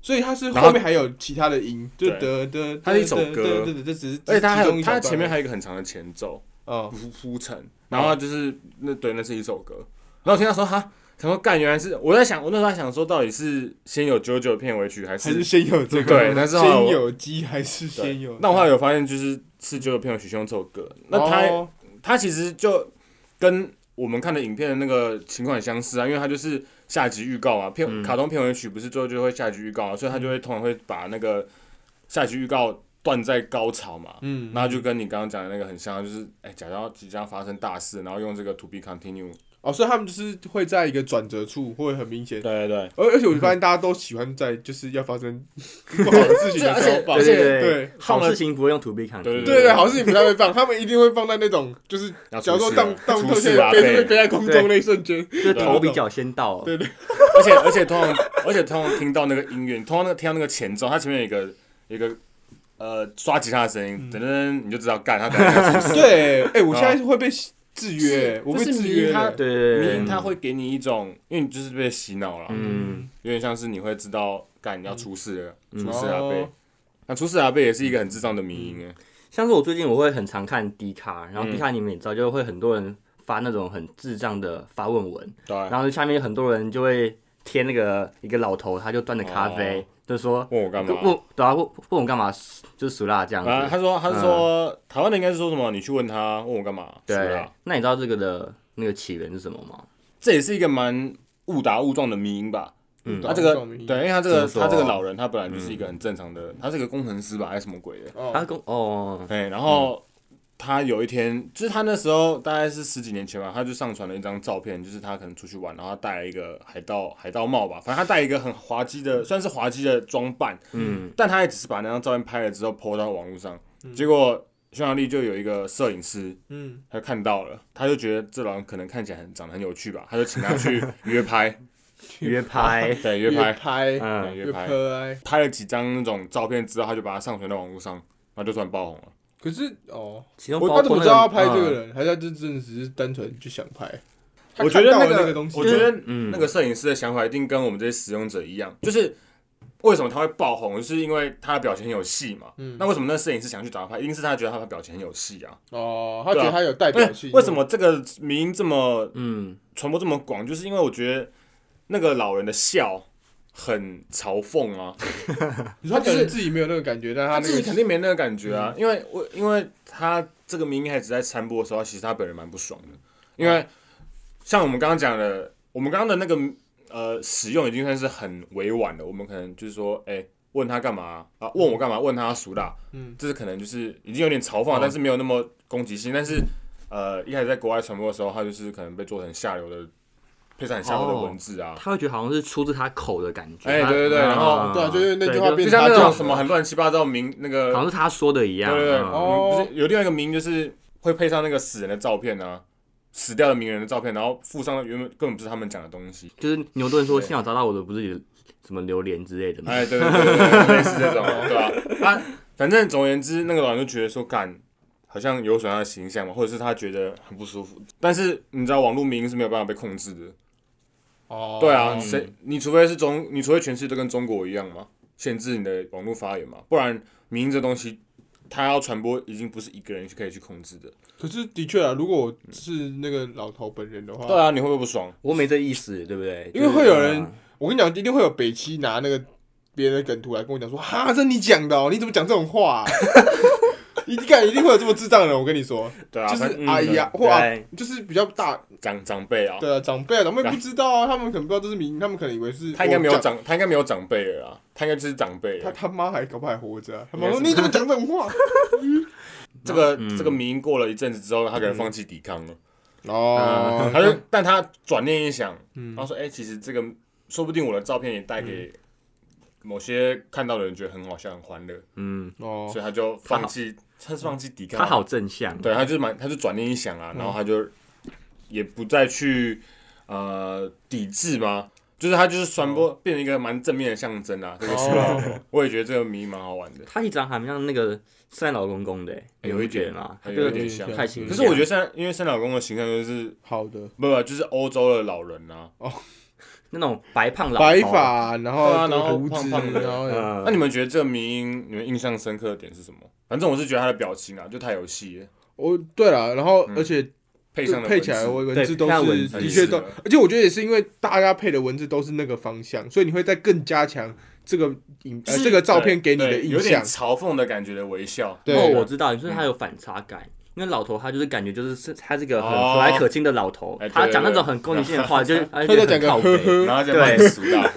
Speaker 1: 所以他是
Speaker 3: 然后
Speaker 1: 后面还有其他的音，就得得，
Speaker 3: 它是一首
Speaker 1: 对
Speaker 3: 歌
Speaker 1: 对对，这只是，
Speaker 3: 而且它还
Speaker 1: 只
Speaker 3: 有
Speaker 1: 是其中一小
Speaker 3: 它
Speaker 1: 段
Speaker 3: 前面还有一个很长的前奏
Speaker 1: 哦，
Speaker 3: 铺铺陈，然后它就是那对那是一首歌，然后我听到说哈。他说：“干，原来是我在想，我那时候还想说，到底是先有九九片尾曲，还
Speaker 1: 还
Speaker 3: 是
Speaker 1: 是先有这个，
Speaker 3: 对但是后来我
Speaker 1: 先有鸡还是
Speaker 3: 对
Speaker 1: 先有？
Speaker 3: 那我后来有发现，就是是九九片尾曲用这首歌，那他、
Speaker 1: 哦
Speaker 3: 他其实就跟我们看的影片的那个情况很相似啊，因为他就是下集预告啊，片、
Speaker 2: 嗯
Speaker 3: 卡通片尾曲不是最后就会下集预告啊，所以他就会通常会把那个下集预告断在高潮嘛。
Speaker 1: 嗯，
Speaker 3: 那就跟你刚刚讲的那个很像，就是哎，假装即将发生大事，然后用这个 to be continue。
Speaker 1: 哦，所以他们就是会在一个转折处会很明显
Speaker 3: 对，对对，
Speaker 1: 而而且我
Speaker 3: 嗯
Speaker 1: 发现大家都喜欢在就是要发生 [laughs] 不好的事情
Speaker 3: [laughs]
Speaker 1: 的时候放
Speaker 3: 而
Speaker 2: 对，
Speaker 3: 且
Speaker 2: 对
Speaker 1: 对
Speaker 2: 好
Speaker 3: 放了
Speaker 2: 事情不会用 to be c o n t i
Speaker 3: 对
Speaker 2: n
Speaker 1: 对对，好事情不太会放，他们一定会放在那种就是
Speaker 3: 要
Speaker 1: 假如
Speaker 3: 出
Speaker 1: 说
Speaker 3: 事啊
Speaker 1: 当当
Speaker 3: 出
Speaker 1: 特
Speaker 3: 事
Speaker 1: 效
Speaker 3: 啊，
Speaker 1: 飞
Speaker 3: 被
Speaker 1: 飞飞在空中那一瞬
Speaker 3: [laughs]
Speaker 1: 间，
Speaker 2: 就是头比较先到。
Speaker 1: 对
Speaker 3: 而且而且通常而且通常听到那个音乐，你通常那个听到那个前奏，它前面有一个有一个呃刷吉他的声
Speaker 2: 嗯
Speaker 3: 音，噔噔噔，你就知道干他等下要出事。
Speaker 1: 对，哎，我现在会被制约，
Speaker 3: 是
Speaker 1: 我被
Speaker 3: 就
Speaker 1: 制
Speaker 3: 是迷
Speaker 1: 约，
Speaker 3: 他
Speaker 2: 对对对
Speaker 3: 迷
Speaker 2: 对
Speaker 3: 音它会给你一种，因为你就是被洗脑了，
Speaker 2: 嗯，
Speaker 3: 有点像是你会知道干你要出事了，出事啊阿贝
Speaker 1: 哦。
Speaker 3: 那出事阿贝也是一个很智障的迷音
Speaker 2: 嗯
Speaker 3: 哎，
Speaker 2: 像是我最近我会很常看迪卡，然后
Speaker 3: 嗯
Speaker 2: 迪卡你们也知道，就会很多人发那种很智障的发问文，
Speaker 3: 对啊，
Speaker 2: 然后下面很多人就会贴那个一个老头，他就端着咖啡，就说
Speaker 3: 问我干嘛？
Speaker 2: 问对啊问问我干嘛，就是熟辣这样
Speaker 3: 啊，
Speaker 2: 子。
Speaker 3: 他说他是说台湾的应该是说什么？你去问他，问我干嘛？是不
Speaker 2: 嗯
Speaker 3: 是
Speaker 2: 对
Speaker 3: 啊，
Speaker 2: 那你知道这个的那个起源是什么吗？
Speaker 3: 这也是一个蛮误打误撞的迷音吧。
Speaker 2: 嗯
Speaker 3: 啊他这个
Speaker 1: 懂懂
Speaker 3: 对，因为他这
Speaker 2: 怎
Speaker 3: 个
Speaker 2: 么说
Speaker 3: 他这个老人，他本来就是一个很正常的，他是个工程师吧，还是什么鬼的？
Speaker 2: 他
Speaker 1: 哦，
Speaker 2: 跟哦，
Speaker 3: 对，然后他有一天，就是他那时候大概是十几年前吧，他就上传了一张照片，就是他可能出去玩，然后他戴了一个海盗海盗帽吧，反正他戴一个很滑稽的，算是滑稽的装扮， [laughs]
Speaker 2: 嗯，
Speaker 3: 但他也只是把那张照片拍了之后 PO 到网络上，结果匈牙利就有一个摄影师，
Speaker 1: 嗯，
Speaker 3: 他看到了，他就觉得这老人可能看起来很长得很有趣吧，他就请他去约拍，
Speaker 2: 约拍，
Speaker 3: 对，约
Speaker 1: 越
Speaker 3: 拍，
Speaker 1: 拍
Speaker 3: 对
Speaker 2: 嗯，
Speaker 3: 约
Speaker 1: 越
Speaker 3: 拍，
Speaker 1: 拍，
Speaker 3: 拍了几张那种照片之后，他就把它上传到网络上，然后就突然爆红了。
Speaker 1: 可是哦，
Speaker 2: 其中
Speaker 1: 我
Speaker 2: 包
Speaker 1: 他怎
Speaker 2: 括
Speaker 1: 么
Speaker 2: 那
Speaker 1: 知道要拍这个
Speaker 2: 嗯
Speaker 1: 人？还是他就真的只是单纯就想拍？
Speaker 3: 我觉得
Speaker 1: 他看到了
Speaker 3: 个
Speaker 1: 那个东西
Speaker 3: 我觉得
Speaker 2: 嗯
Speaker 3: 那个摄影师的想法一定跟我们这些使用者一样，就是为什么他会爆红，就是因为他的表情很有戏嘛。
Speaker 1: 嗯
Speaker 3: 那为什么那摄影师想去找他拍？一定是他觉得他的表情很有戏啊。
Speaker 1: 哦，他觉得他有代
Speaker 3: 哎
Speaker 1: 表性，
Speaker 3: 为什么这个迷因这么
Speaker 2: 嗯，
Speaker 3: 传播这么广？就是因为我觉得那个老人的笑很嘲讽啊，
Speaker 1: 你说他可
Speaker 3: 他就
Speaker 1: 能
Speaker 3: 是
Speaker 1: 自己没有那个感觉，但他
Speaker 3: 他自己肯
Speaker 1: 定
Speaker 3: 定没那个感觉啊，因为我因为他这个名义还只在传播的时候，其实他本人蛮不爽的，因为像我们刚刚讲的，我们刚刚的那个呃使用已经算是很委婉了，我们可能就是说，哎、问他干嘛啊？问我干嘛？问他熟啦，
Speaker 1: 嗯，
Speaker 3: 这是可能就是已经有点嘲讽，但是没有那么攻击性，但是呃一开始在国外传播的时候，他就是可能被做成下流的，配上很下流的文字啊。
Speaker 2: 他会觉得好像是出自他口的感觉。
Speaker 3: 哎
Speaker 2: 他
Speaker 3: 对对对
Speaker 2: 嗯
Speaker 3: 然后
Speaker 1: 对啊就是那句话
Speaker 2: 就
Speaker 1: 变成
Speaker 3: 就像那
Speaker 1: 他
Speaker 3: 种
Speaker 1: 讲
Speaker 3: 什么很乱七八糟名那个
Speaker 2: 好像是他说的一样。
Speaker 3: 对对对，
Speaker 2: 嗯
Speaker 1: 哦
Speaker 3: 嗯不是有另外一个名就是会配上那个死人的照片啊，死掉的名人的照片，然后附上原本根本不是他们讲的东西。
Speaker 2: 就是牛顿说
Speaker 3: 对
Speaker 2: 幸好找到我的不是你的什么榴莲之类的吗？
Speaker 3: 哎，对对对对对，类似这种，对吧、啊？反正总而言之，那个老人就觉得说，干，好像有损他的形象嘛，或者是他觉得很不舒服。但是你知道，网络名是没有办法被控制的。
Speaker 1: 哦，
Speaker 3: 对啊，谁？你除非是中，你除非全世界都跟中国一样嘛，限制你的网络发言嘛，不然名这东西，它要传播已经不是一个人可以去控制的。
Speaker 1: 可是的确啊，如果我是那个老头本人的话，
Speaker 3: 对啊，你会不会不爽？
Speaker 2: 我没这意思，对不对？
Speaker 1: 因为
Speaker 2: 就是
Speaker 1: 会有人
Speaker 2: 嗯
Speaker 1: 我跟你讲，一定会有北七拿那个别人的梗图来跟我讲说，哈，这你讲的哦，你怎么讲这种
Speaker 3: [laughs]
Speaker 1: 话、啊？一定敢一定会有这么智障的人，我跟你
Speaker 3: [laughs]
Speaker 1: 说，
Speaker 3: 对啊，
Speaker 1: 就是
Speaker 3: 反正
Speaker 1: 阿姨啊，或啊
Speaker 2: 对
Speaker 1: 就是比较大
Speaker 3: 长长辈啊，
Speaker 1: 的长辈啊，长辈不知道啊，他们可能不知道这是名，他们可能以为是
Speaker 3: 他应该没有
Speaker 1: 我讲，
Speaker 3: 长，他应该没有长辈了啊，他应该就是长辈
Speaker 1: 他
Speaker 3: 了。
Speaker 1: 他妈还搞不好还活着、啊，
Speaker 3: [laughs]
Speaker 1: 他妈说
Speaker 3: 应该是
Speaker 1: 你怎么讲这种话？
Speaker 3: 这个
Speaker 2: 嗯
Speaker 3: 这个迷因过了一阵子之后，他可能放弃抵抗了，
Speaker 1: 哦，
Speaker 3: 他就但他转念一想，
Speaker 1: 嗯嗯
Speaker 3: 他说：“哎，其实这个说不定我的照片也带给某些看到的人觉得很好笑、很欢乐，
Speaker 2: 嗯，
Speaker 1: 哦
Speaker 3: 所以他就放弃，他是放弃抵抗，
Speaker 2: 他好正向，
Speaker 3: 对，他就蛮，他就转念一想啊，
Speaker 1: 嗯
Speaker 3: 然后他就也不再去呃抵制嘛，就是他就是传播、变成一个蛮正面的象征啊。这 [laughs] 个是，
Speaker 1: 哦
Speaker 3: 我也觉得这个谜蛮好玩的，
Speaker 2: 他一张还蛮像那个圣诞老公公的欸，
Speaker 3: 哎
Speaker 2: 你
Speaker 3: 有
Speaker 2: 不
Speaker 3: 一
Speaker 2: 觉
Speaker 3: 点
Speaker 2: 得吗？他
Speaker 3: 哎
Speaker 2: 这
Speaker 3: [laughs] 有一
Speaker 2: 个
Speaker 3: 点像
Speaker 1: 有。
Speaker 2: 太形
Speaker 3: 可
Speaker 2: 象
Speaker 3: 是我觉得三，因为三老公的形象就是
Speaker 1: 好的，
Speaker 3: 不不就是欧洲的老人啊。
Speaker 2: 那种白胖老头
Speaker 1: 白，发，嗯然后
Speaker 3: 对啊然后
Speaker 1: 胡子，
Speaker 3: 胖胖的
Speaker 1: 然后有
Speaker 2: 呃
Speaker 3: 那你们觉得这个迷因，你们印象深刻的点是什么？反正我是觉得他的表情啊，就太有戏了，
Speaker 1: 我对了，然后
Speaker 3: 嗯
Speaker 1: 而且
Speaker 3: 配
Speaker 1: 这
Speaker 3: 上的
Speaker 1: 配起来
Speaker 3: 文字
Speaker 1: 我文
Speaker 2: 对
Speaker 1: 字都
Speaker 2: 配上
Speaker 1: 是
Speaker 2: 文字
Speaker 1: 的确都，而且我觉得也是因为大家配的文字都是那个方向，所以你会再更加强这个影
Speaker 3: 就
Speaker 1: 呃
Speaker 3: 是
Speaker 1: 这个照片给你的
Speaker 3: 对
Speaker 1: 印
Speaker 3: 有点
Speaker 1: 象。
Speaker 3: 嘲讽的感觉的微笑。
Speaker 1: 对
Speaker 2: 哦，我知道，就是他有反差感。因为老头他就是感觉就是是他是个很
Speaker 1: 哦
Speaker 2: 和蔼可亲的老头
Speaker 3: 哎，对
Speaker 2: 他讲那种很攻击性的
Speaker 1: [laughs]
Speaker 2: 话，就是他
Speaker 1: 他在讲个呵呵，
Speaker 3: 然后这样蛮俗
Speaker 1: [laughs]
Speaker 3: 的啊，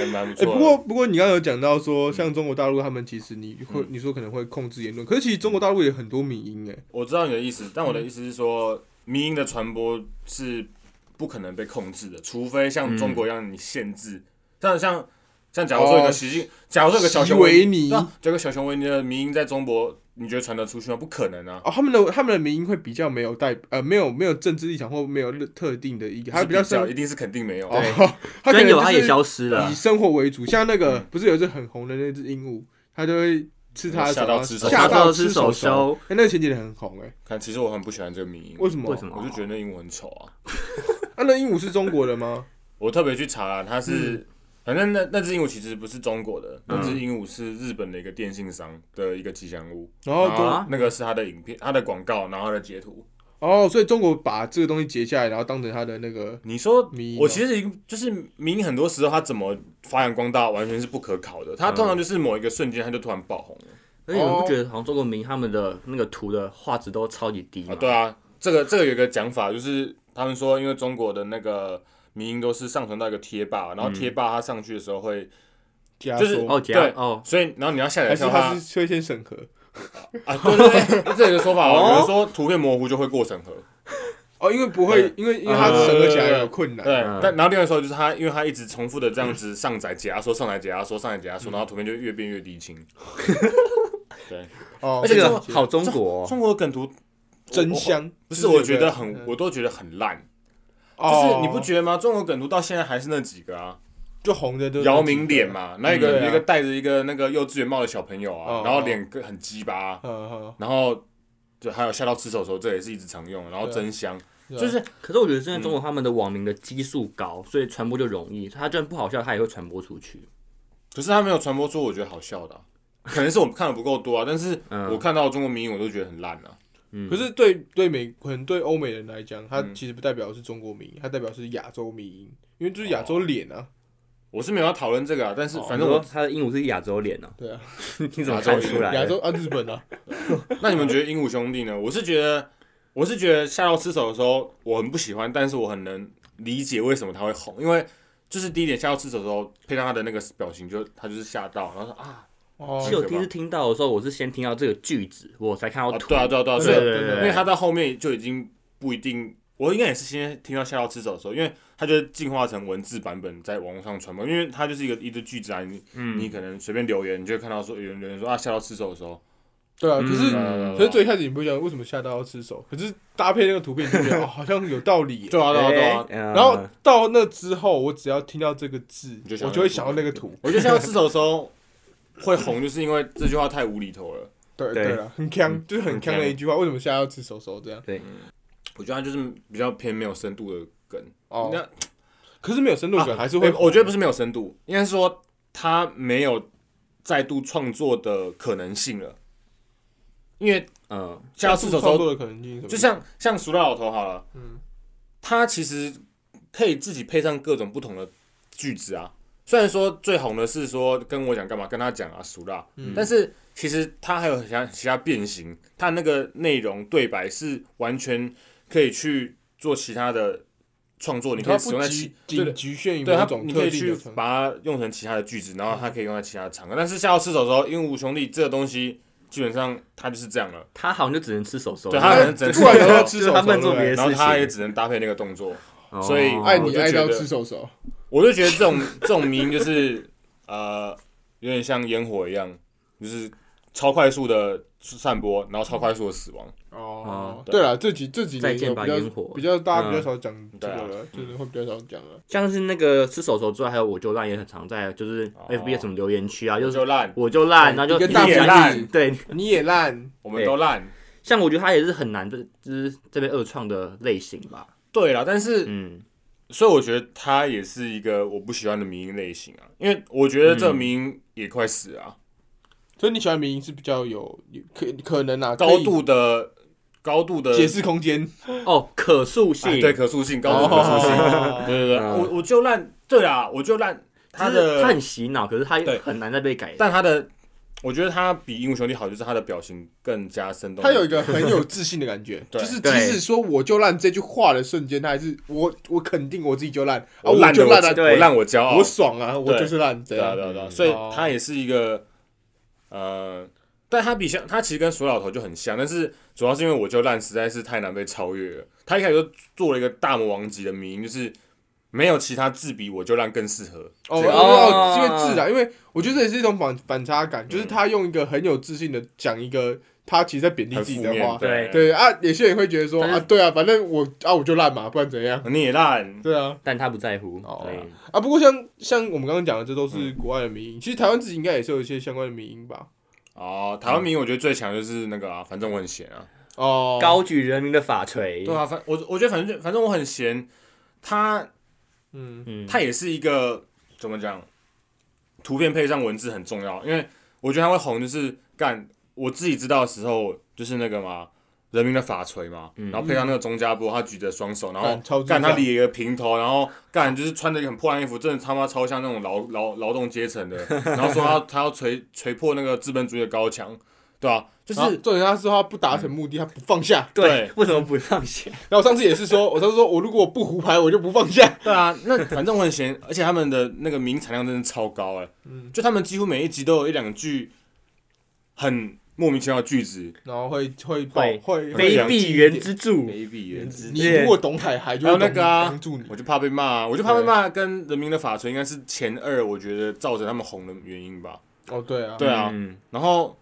Speaker 3: 还蛮不
Speaker 1: 哎、
Speaker 3: 错的。
Speaker 1: 不过不过你刚刚有讲到说，像中国大陆他们其实你会、
Speaker 3: 嗯
Speaker 1: 你说可能会控制言论，可是其实中国大陆也有很多民音哎、
Speaker 3: 我知道你的意思，但
Speaker 1: 嗯
Speaker 3: 我的意思是说，民音的传播是不可能被控制的，除非像中国一样你限制，像像像假如说有个习近，假哦如说有个小
Speaker 1: 哦习
Speaker 3: 熊维
Speaker 1: 维尼哦
Speaker 3: 对啊，这个小熊维尼的民音在中国，你觉得传得出去吗？不可能啊，
Speaker 1: 哦他们的他们的民音会比较没有代呃没有没有政治立场或没有特定的一个，还
Speaker 3: 是
Speaker 1: 比较
Speaker 3: 小，
Speaker 1: 生
Speaker 3: 一定是肯定没有。
Speaker 1: 哦
Speaker 2: 对，
Speaker 1: [laughs] 他可
Speaker 2: 真
Speaker 1: 能
Speaker 2: 有他也
Speaker 1: 就是
Speaker 2: 消失了
Speaker 1: 以，生活为主，像那
Speaker 2: 嗯
Speaker 1: 个不是有一只很红的那只鹦鹉，它就会吃它的手
Speaker 3: 吓到吃
Speaker 1: 手，
Speaker 3: 手手
Speaker 1: 吓
Speaker 2: 到
Speaker 1: 到
Speaker 2: 吃
Speaker 1: 吃
Speaker 2: 手
Speaker 1: 手，
Speaker 2: 手，
Speaker 1: 哎，那个前几年很红哎，
Speaker 3: 看，其实我很不喜欢这个民音，
Speaker 1: 为什么
Speaker 2: 为？什么？
Speaker 3: 我就觉得那英文很丑啊。
Speaker 1: 啊，那鹦鹉是中国的吗？
Speaker 3: 我特别去查了，它是、
Speaker 1: 嗯
Speaker 3: 反正那那只鹦鹉其实不是中国的，那只鹦鹉是日本的一个电信商的一个吉祥物，
Speaker 1: 然后
Speaker 3: 然
Speaker 1: 中
Speaker 3: 后那个是它的影片、它的广告，然后它的截图。
Speaker 1: 哦，所以中国把这个东西截下来，然后当成它的那个
Speaker 3: 你说
Speaker 1: 迷因哦
Speaker 3: 我其实已经就是民很多时候它怎么发扬光大，完全是不可考的。
Speaker 1: 嗯
Speaker 3: 它通常就是某一个瞬间，它就突然爆红了、
Speaker 2: 而且你们不觉得好像中国民他们的那个图的画质都超级低吗
Speaker 3: 啊！？对啊，这个这个有一个讲法，就是他们说，因为中国的那个民音都是上传到一个贴吧，
Speaker 1: 嗯
Speaker 3: 然后贴吧它上去的时候会，
Speaker 1: 加
Speaker 3: 就是
Speaker 1: 缩，
Speaker 2: 哦，这
Speaker 3: 对
Speaker 2: 样哦，
Speaker 3: 所以然后你要下
Speaker 1: 还
Speaker 3: 载的
Speaker 1: 是
Speaker 3: 时候
Speaker 1: 它是会先审核？
Speaker 3: 啊，对对 [laughs] 对，这有个说法
Speaker 2: 哦
Speaker 3: 哦，有人说图片模糊就会过审核，
Speaker 1: 哦，因为不会，因为因为它审核起来有困难
Speaker 3: 呃对。
Speaker 2: 嗯，
Speaker 3: 但然后另外说就是他，因为他一直重复的这样子上载解压缩、上载解压缩、上载解压缩，然后图片就越变越低清。对，
Speaker 1: 哦
Speaker 3: 而，且
Speaker 2: 这
Speaker 3: 中
Speaker 2: 个
Speaker 3: 国
Speaker 2: 好中国哦，
Speaker 3: 中国的梗图
Speaker 1: 真
Speaker 3: 我
Speaker 1: 香
Speaker 3: 不是，我觉得
Speaker 1: 嗯
Speaker 3: 很，我都觉得很烂，就
Speaker 1: 哦，
Speaker 3: 是你不觉得吗？中国梗图到现在还是那几个啊，
Speaker 1: 就红的都是
Speaker 3: 姚明脸？嘛，那一
Speaker 1: 嗯
Speaker 3: 个
Speaker 1: 对啊
Speaker 3: 一个戴着一个那个幼稚园帽的小朋友啊
Speaker 1: 哦，
Speaker 3: 然后脸很鸡巴啊，
Speaker 1: 嗯嗯，
Speaker 3: 然后就还有下到吃手的时候，这也是一直常用，然后真香，
Speaker 1: 对啊
Speaker 3: 就是
Speaker 2: 可是我觉得现在中
Speaker 3: 嗯
Speaker 2: 国他们的网民的基数高，所以传播就容易。他就算不好笑，他也会传播出去。
Speaker 3: 可是他没有传播出我觉得好笑的啊、可能是我们看的不够多啊。但是
Speaker 2: 嗯
Speaker 3: 我看到中国民影，我都觉得很烂啊。
Speaker 2: 嗯
Speaker 1: 可是对对美，可能对欧美人来讲，它
Speaker 3: 嗯
Speaker 1: 其实不代表是中国民音，它代表是亚洲民音，因为就是亚洲脸
Speaker 3: 嗯
Speaker 1: 啊。
Speaker 3: 我是没有要讨论这个啊，但是
Speaker 1: 哦
Speaker 3: 反
Speaker 2: 你
Speaker 3: 正我
Speaker 2: 说，他的鹦鹉是亚洲脸呢，
Speaker 1: 对啊，
Speaker 2: 你怎么看出来
Speaker 1: 亚
Speaker 2: 的？
Speaker 1: 洲啊，日本啊，
Speaker 3: 那你们觉得鹦鹉兄弟呢？我是觉得，我是觉得下到吃手的时候，我很不喜欢，但是我很能理解为什么他会红，因为就是第一点下到吃手的时候，配上他的那个表情就，他就是吓到，然后说啊 [laughs]
Speaker 1: 哦
Speaker 2: 其实我第一次听到的时候，我是先听到这个句子，我才看到
Speaker 3: 啊，
Speaker 2: 图。
Speaker 3: 对啊对啊对啊，
Speaker 1: 对
Speaker 3: 所以
Speaker 2: 对哦对对
Speaker 3: 因为他到后面就已经不一定，我应该也是先听到下到吃手的时候，因为他就进化成文字版本在网络上传播，因为他就是一个一堆句子啊，你、
Speaker 2: 嗯
Speaker 3: 你可能随便留言，你就会看到说有人留言说啊下到吃手的时候，
Speaker 1: 对啊，可是
Speaker 3: 嗯
Speaker 1: 可是最开始你不讲为什么吓到要吃手，可是搭配那个图片你就觉
Speaker 3: [laughs]
Speaker 1: 得哦好像有道理耶。
Speaker 3: 对啊对啊对啊，
Speaker 2: 哎嗯
Speaker 1: 然后到那之后，我只要听到这个字
Speaker 3: 你就，想
Speaker 1: 我
Speaker 3: 到
Speaker 1: 就会想到那个图。
Speaker 3: 我觉得下到吃手的时候会红，就是因为这句话太无厘头了。
Speaker 1: 对
Speaker 2: 对
Speaker 1: 对了，很
Speaker 3: 嗯
Speaker 1: 强，就是很强的一句话。为什么吓到吃手手这样？
Speaker 3: 我觉得它就是比较偏没有深度的梗，
Speaker 1: 哦，
Speaker 3: 那
Speaker 1: 可是没有深度感还是会
Speaker 3: 对
Speaker 1: 红。
Speaker 3: 我觉得不是没有深度，应该是说它没有再度创作的可能性了。因为
Speaker 2: 嗯，
Speaker 3: 下到吃手的时
Speaker 1: 创
Speaker 3: 候，
Speaker 1: 作的可能性是什么，
Speaker 3: 就像像熟料老头好了，嗯，他其实可以自己配上各种不同的句子啊。虽然说最红的是说跟我讲干嘛，跟他讲啊熟辣，
Speaker 1: 嗯
Speaker 3: 但是其实他还有其他其他变形，他那个内容对白是完全可以去做其他的创作，你可
Speaker 1: 它
Speaker 3: 以使用
Speaker 1: 不
Speaker 3: 在
Speaker 1: 局
Speaker 3: 其对
Speaker 1: 仅
Speaker 3: 的
Speaker 1: 局限于
Speaker 3: 对
Speaker 1: 某
Speaker 3: 他，
Speaker 1: 种
Speaker 3: 你可
Speaker 1: 特
Speaker 3: 以
Speaker 1: 定
Speaker 3: 去
Speaker 1: 的嗯场景
Speaker 3: 把它用成其他的句子，然后它可以用在其他的场合。但是下到失手的时候，鹦鹉兄弟这个东西基本上它就是这样了，
Speaker 2: 他好像就只能吃手手。
Speaker 3: 对他可能只能
Speaker 1: 突然
Speaker 3: 吃手
Speaker 1: 要吃手
Speaker 2: 就是他
Speaker 1: 手，
Speaker 2: 们
Speaker 1: 对
Speaker 2: 做
Speaker 1: 不对
Speaker 2: 别的
Speaker 3: 然后
Speaker 2: 事
Speaker 3: 它也
Speaker 2: 情
Speaker 3: 只能搭配那个动作。
Speaker 2: 哦，
Speaker 3: 所以哎
Speaker 1: 爱
Speaker 3: 我
Speaker 1: 你
Speaker 3: 就
Speaker 1: 爱
Speaker 3: 觉
Speaker 1: 到
Speaker 3: 得
Speaker 1: 吃手手，
Speaker 3: 我就觉得这种 [laughs] 这种迷因就是呃，有点像烟火一样，就是超快速的散播，然后超快速的死亡。
Speaker 1: 哦，
Speaker 3: 对
Speaker 1: 对了，这几这几
Speaker 2: 再
Speaker 1: 年
Speaker 2: 见
Speaker 1: 有
Speaker 2: 吧
Speaker 1: 比较
Speaker 2: 烟火
Speaker 1: 比较大家
Speaker 2: 嗯
Speaker 1: 比较少讲这
Speaker 3: 对啊
Speaker 1: 个了，就是会比较少讲了。
Speaker 2: 像是那个吃手手之外，还有我就烂也很常在，就是 F B
Speaker 3: 哦
Speaker 2: 什么留言区啊，就是
Speaker 3: 就烂，哎
Speaker 2: 我就烂，然后就
Speaker 1: 一
Speaker 2: 一
Speaker 1: 个
Speaker 2: 直
Speaker 1: 大
Speaker 2: 讲
Speaker 1: 拇
Speaker 3: 也
Speaker 1: 指
Speaker 2: 一
Speaker 3: 烂
Speaker 2: 直，对，
Speaker 1: 你也烂，
Speaker 3: 我们都嗯烂。
Speaker 2: 像我觉得他也是很难的，就是这边二创的类型吧。
Speaker 3: 对啦，但是
Speaker 2: 嗯，
Speaker 3: 所以我觉得它也是一个我不喜欢的迷因类型啊，因为我觉得
Speaker 1: 嗯
Speaker 3: 这个迷因也快死啊，
Speaker 1: 所以你喜欢民音是比较有可可能啊，
Speaker 3: 高度的高度
Speaker 1: 可
Speaker 3: 的
Speaker 1: 以解释空间，
Speaker 2: 哦，可塑性，
Speaker 3: 哎对可塑性，高度可塑性。对
Speaker 1: 哦
Speaker 3: 对对，
Speaker 2: 嗯
Speaker 3: 我我就烂，对啦，我就烂。
Speaker 2: 就是
Speaker 3: 他的
Speaker 2: 他很洗脑，可是他
Speaker 3: 对
Speaker 2: 很难再被改。
Speaker 3: 但他的，我觉得他比《鹦鹉兄弟》好，就是他的表情更加生动。
Speaker 1: 他有一个很有自信的感觉，
Speaker 3: 对
Speaker 1: 就是即
Speaker 2: 对
Speaker 1: 使说我就烂这句话的瞬间，他还是我我肯定我自己就烂啊，
Speaker 3: 我烂
Speaker 1: 就
Speaker 3: 的
Speaker 1: 烂
Speaker 3: 我
Speaker 1: 啊，
Speaker 2: 对
Speaker 3: 我烂我骄傲
Speaker 1: 我，爽啊，我就是烂这
Speaker 3: 对啊
Speaker 1: 样。
Speaker 3: 对啊对啊，
Speaker 2: 嗯
Speaker 3: 所以
Speaker 1: 哦
Speaker 3: 他也是一个呃，但他比像他其实跟水老头就很像，但是主要是因为我就烂实在是太难被超越了。他一开始就做了一个大魔王级的迷因，就是没有其他字比我就烂更适合。
Speaker 1: 哦，
Speaker 3: 这个
Speaker 1: 哦，因为自然，因为我觉得这也是一种反反差感，就是他用一个很有自信的讲一个他其实在贬低
Speaker 3: 很
Speaker 1: 自己
Speaker 3: 负
Speaker 1: 的
Speaker 3: 面，
Speaker 1: 话，
Speaker 2: 对
Speaker 1: 对啊，有些人会觉得说
Speaker 2: 但是
Speaker 1: 啊，对啊，反正我啊我就烂嘛，不然怎样？
Speaker 3: 你也烂，
Speaker 1: 对啊，
Speaker 2: 但他不在乎，
Speaker 1: 哦
Speaker 2: 对，
Speaker 1: 啊，不过像像我们刚刚讲的，这都
Speaker 3: 嗯
Speaker 1: 是国外的民音，其实台湾自己应该也是有一些相关的民音吧？
Speaker 3: 哦，台湾迷我觉得最强就是那个啊，反正我很闲啊。
Speaker 1: 哦，
Speaker 2: 高举人民的法锤
Speaker 3: 对，啊，反我我觉得反正反正我很闲，他
Speaker 1: 嗯，
Speaker 2: 嗯，
Speaker 3: 它也是一个怎么讲，图片配上文字很重要，因为我觉得它会红，就是干我自己知道的时候，就是那个嘛，人民的法锤嘛，
Speaker 2: 嗯
Speaker 3: 然后配上那个钟家波，他举着双手，然
Speaker 1: 干超
Speaker 3: 后
Speaker 1: 智
Speaker 3: 哦干他
Speaker 1: 障
Speaker 3: 理一个平头，然后干就是穿着一个很破烂衣服，真的他妈超像那种劳劳劳动阶层的，然后说他他要锤锤破那个资本主义的高墙，对吧、就
Speaker 1: 然后
Speaker 3: 是
Speaker 1: 重点他是说他不达成
Speaker 3: 嗯
Speaker 1: 目的，他不放下。
Speaker 2: 对
Speaker 3: 对，
Speaker 2: 为什么不放下？
Speaker 1: 然后我上次也是
Speaker 3: [laughs]
Speaker 1: 说，我上次说我如果不胡牌，我就不放下。
Speaker 3: 对啊，那反正我很闲，而且他们的那个名产量真的超高哎、
Speaker 1: 嗯，
Speaker 3: 就他们几乎每一集都有一两句很莫名其妙的句子，
Speaker 1: 然后会会爆
Speaker 2: 会
Speaker 1: 会
Speaker 3: 非
Speaker 2: 卑
Speaker 3: 常
Speaker 2: 鄙原之柱，
Speaker 3: 必原之。
Speaker 1: 你如果懂海海，就
Speaker 3: 还有
Speaker 1: 会
Speaker 3: 那
Speaker 1: 懂
Speaker 3: 个啊
Speaker 1: 帮助你。
Speaker 3: 我就怕被骂、我就怕被骂，跟人民的法锤应该是前二，我觉得造成他们红的原因吧。
Speaker 1: 哦，对啊，
Speaker 3: 对啊
Speaker 2: 嗯
Speaker 3: 然后，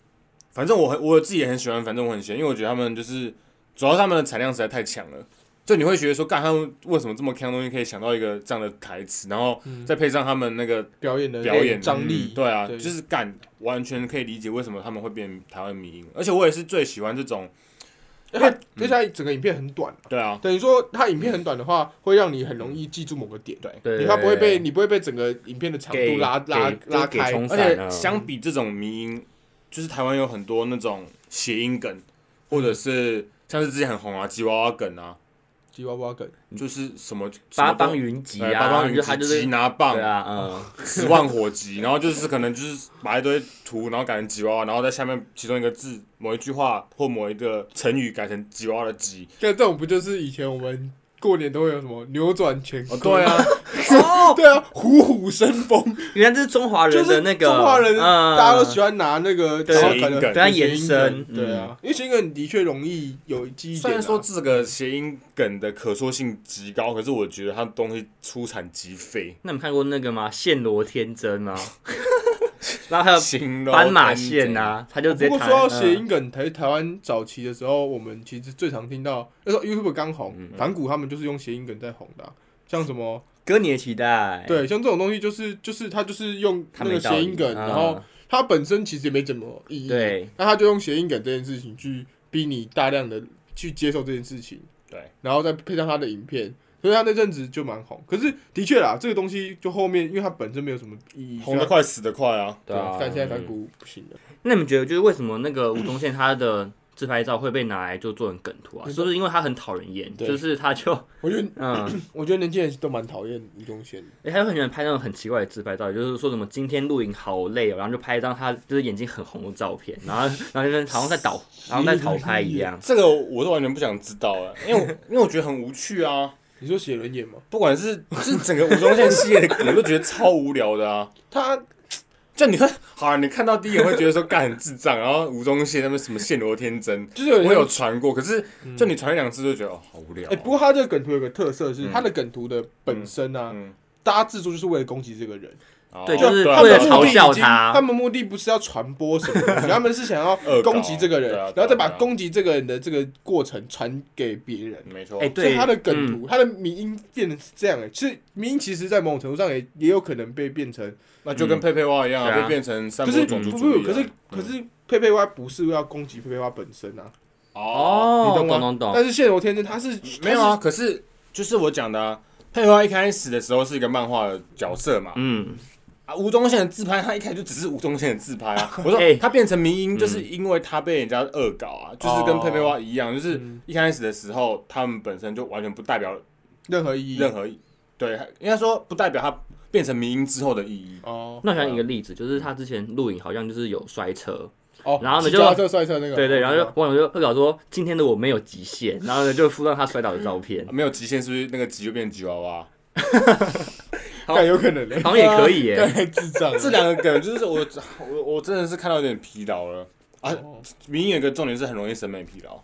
Speaker 3: 反正我很我自己也很喜欢，反正我很闲，因为我觉得他们就是，主要是他们的产量实在太强了，就你会觉得说，干他们为什么这么强的东西可以想到一个这样的台词，然后
Speaker 1: 嗯
Speaker 3: 再配上他们那个，
Speaker 1: 表演的
Speaker 3: 表演
Speaker 1: 张
Speaker 2: 嗯
Speaker 1: 力，
Speaker 3: 对啊，
Speaker 1: 对
Speaker 3: 就是干，完全可以理解为什么他们会变台湾迷因，而且我也是最喜欢这种，
Speaker 1: 因为而且它整个影片很短，
Speaker 3: 对啊，
Speaker 1: 等于说它影片很短的话，会让你很容易记住某个点。
Speaker 3: 对
Speaker 2: 对，
Speaker 1: 你它不会被你不会被整个影片的长
Speaker 2: 给
Speaker 1: 度拉拉
Speaker 2: 给
Speaker 1: 拉
Speaker 2: 就给
Speaker 1: 开，
Speaker 2: 冲
Speaker 3: 而
Speaker 2: 散
Speaker 3: 且
Speaker 2: 了
Speaker 3: 相比这种迷音，就是台湾有很多那种谐音梗，或
Speaker 1: 嗯
Speaker 3: 者是像是之前很红啊吉娃娃梗啊，
Speaker 1: 吉娃娃梗，
Speaker 3: 就是什么
Speaker 2: 嗯八邦
Speaker 3: 云
Speaker 2: 云集
Speaker 3: 八
Speaker 2: 啊，
Speaker 3: 方
Speaker 2: 就
Speaker 3: 云
Speaker 2: 他就
Speaker 3: 吉
Speaker 2: 是
Speaker 3: 拿
Speaker 2: 对
Speaker 3: 棒
Speaker 2: 啊，嗯，
Speaker 3: 十万火急，然后就是可能就是把一堆图，然后改成吉娃娃，然后在下面其中一个字某一句话或某一个成语改成吉娃娃的吉，
Speaker 1: 像这种不就是以前我们过年都会有什么扭转乾
Speaker 3: 哦
Speaker 1: 坤？
Speaker 3: 对啊，
Speaker 2: 哦，
Speaker 1: 对啊，虎虎生风，
Speaker 2: 原来这是中华
Speaker 1: 就
Speaker 2: 人的
Speaker 1: 是
Speaker 2: 那个，
Speaker 1: 中华人，
Speaker 2: 嗯
Speaker 1: 大家都喜欢拿那个
Speaker 2: 对
Speaker 1: 然后可能
Speaker 3: 谐音梗
Speaker 2: 对它
Speaker 1: 谐
Speaker 2: 延
Speaker 1: 音
Speaker 2: 伸嗯
Speaker 1: 梗对啊，因为谐音梗的确容易有记忆
Speaker 3: 虽
Speaker 1: 点啊。
Speaker 3: 然说这个谐音梗的可塑性极高，可是我觉得它东西出产极费，
Speaker 2: 那你们看过那个吗？线罗天真吗？ [laughs] 然后还有
Speaker 3: 形
Speaker 2: 呃
Speaker 3: 容
Speaker 2: 斑马
Speaker 3: 跟
Speaker 2: 线
Speaker 3: 怎样
Speaker 2: 啊，他就直接
Speaker 1: 不过
Speaker 2: 弹
Speaker 1: 说到谐
Speaker 2: 嗯
Speaker 1: 音梗，台台湾早期的时候，我们其实最常听到那时候 YouTube 刚红，
Speaker 2: 嗯
Speaker 1: 盘古他们就是用谐音梗在红的啊、像什么
Speaker 2: 哥你的期待，
Speaker 1: 对，像这种东西就是就是他就是用
Speaker 2: 哎他
Speaker 1: 那
Speaker 2: 没
Speaker 1: 个
Speaker 2: 道理，
Speaker 1: 谐音梗，
Speaker 2: 嗯
Speaker 1: 然后它本身其实也没怎么意义，，
Speaker 2: 对，
Speaker 1: 那他就用谐音梗这件事情去逼你大量的去接受这件事情，
Speaker 3: 对，
Speaker 1: 然后再配上他的影片，所以他那阵子就蛮红。可是的确啦，这个东西就后面，因为它本身没有什么意义，
Speaker 3: 红得
Speaker 1: 所以
Speaker 3: 快，死得快啊！
Speaker 1: 它，对啊，但现在反
Speaker 2: 嗯
Speaker 1: 骨不行了。
Speaker 2: 那你们觉得，就是为什么那个吴宗宪他的自拍照会被拿来就做成梗图啊？
Speaker 1: 嗯
Speaker 2: 是不是因为他很讨人厌？
Speaker 1: 对
Speaker 2: 就是他就
Speaker 1: 我觉得，
Speaker 2: 嗯，
Speaker 1: 我觉得年轻人都蛮讨厌吴宗宪的，
Speaker 2: 欸、他就很喜欢拍那种很奇怪的自拍照，就是说什么今天录影好累、哦，然后就拍一张他就是眼睛很红的照片，然后然后就是好像在倒，然后在淘拍一样。
Speaker 3: 这个我都完全不想知道了，因为我 [laughs] 因为我觉得很无趣啊。
Speaker 1: 你说写轮眼吗？
Speaker 3: 不管是是整个吴宗宪系列的梗，我都觉得超无聊的啊。
Speaker 1: 他
Speaker 3: 就你看，好、啊，你看到第一眼会觉得说干很智障，然后吴宗宪他们什么线罗天真，
Speaker 1: 就是有啊
Speaker 3: 我
Speaker 1: 点
Speaker 3: 有
Speaker 1: 像。哎
Speaker 3: 传过，可是
Speaker 1: 嗯
Speaker 3: 就你传一两次就觉得哦好无聊、
Speaker 1: 哎、不过他这个梗图有个特色是，
Speaker 3: 嗯
Speaker 1: 他的梗图的本身啊，
Speaker 3: 嗯，
Speaker 1: 大家制作就是为了攻击这个人，
Speaker 2: 对
Speaker 3: 哦
Speaker 2: 就是
Speaker 3: 对啊
Speaker 1: 他
Speaker 2: 为
Speaker 1: 们
Speaker 2: 了
Speaker 1: 的
Speaker 3: 对啊
Speaker 1: 目的已
Speaker 2: 嘲笑
Speaker 1: 经
Speaker 2: 他
Speaker 1: 他们目的不是要传播什么东西， [laughs] 他们是想要
Speaker 3: 恶搞
Speaker 1: 攻击这个人
Speaker 3: 对啊，
Speaker 1: 然后再把
Speaker 3: 对啊
Speaker 1: 攻击这个人的这个过程传给别人。
Speaker 3: 没错，
Speaker 2: 哎
Speaker 1: 所以
Speaker 2: 对
Speaker 1: 他的梗图，他的迷音变成是这样哎、其实迷音其实，在某种程度上也也有可能被变成，
Speaker 3: 那就跟佩佩蛙一样
Speaker 2: 嗯对
Speaker 3: 啊，
Speaker 2: 啊
Speaker 3: 被变成三
Speaker 1: 可
Speaker 3: 不
Speaker 1: 是
Speaker 3: 种
Speaker 1: 不
Speaker 3: 族
Speaker 1: 不
Speaker 3: 主
Speaker 1: 不，
Speaker 3: 义啊。
Speaker 1: 可是可是佩佩蛙不是要攻击佩佩蛙本身啊，
Speaker 3: 哦，
Speaker 2: 哦，
Speaker 1: 你懂吗
Speaker 2: 懂懂懂，
Speaker 1: 但是线头天真他是
Speaker 3: 没有啊，，可是就是我讲的啊，佩佩蛙一开始的时候是一个漫画的角色嘛，
Speaker 2: 嗯，
Speaker 3: 啊，吴宗宪的自拍，他一开始就只是吴宗宪的自拍
Speaker 1: [laughs]
Speaker 3: 啊。我说
Speaker 2: 哎
Speaker 3: 他变成民音，就是
Speaker 1: 嗯
Speaker 3: 因为他被人家恶搞啊，就是跟佩佩蛙一样，就是
Speaker 1: 哦嗯
Speaker 3: 一开始的时候，他们本身就完全不代表
Speaker 1: 他是任何意义
Speaker 3: 任何，对，应该说不代表他变成民音之后的意义。
Speaker 1: 哦
Speaker 2: 那我想一个例子，就是他之前录影好像就是有摔车，
Speaker 1: 哦，
Speaker 2: 然后呢就
Speaker 1: 脚踏车摔车那个，
Speaker 2: 对对，然后
Speaker 1: 哦
Speaker 2: 就网友就恶搞说今天的我没有极
Speaker 3: [laughs]
Speaker 2: 限，然后呢就附上他摔倒的照片，
Speaker 3: 啊没有极限，是不是那个极就变吉娃娃？
Speaker 2: 好
Speaker 1: 哦干有可能
Speaker 2: 好像也可以耶，
Speaker 1: 干智障啊，
Speaker 3: 这两个梗就是我我我真的是看到有点疲劳了啊！
Speaker 1: 哦
Speaker 3: 民音有一个重点是很容易审美疲劳，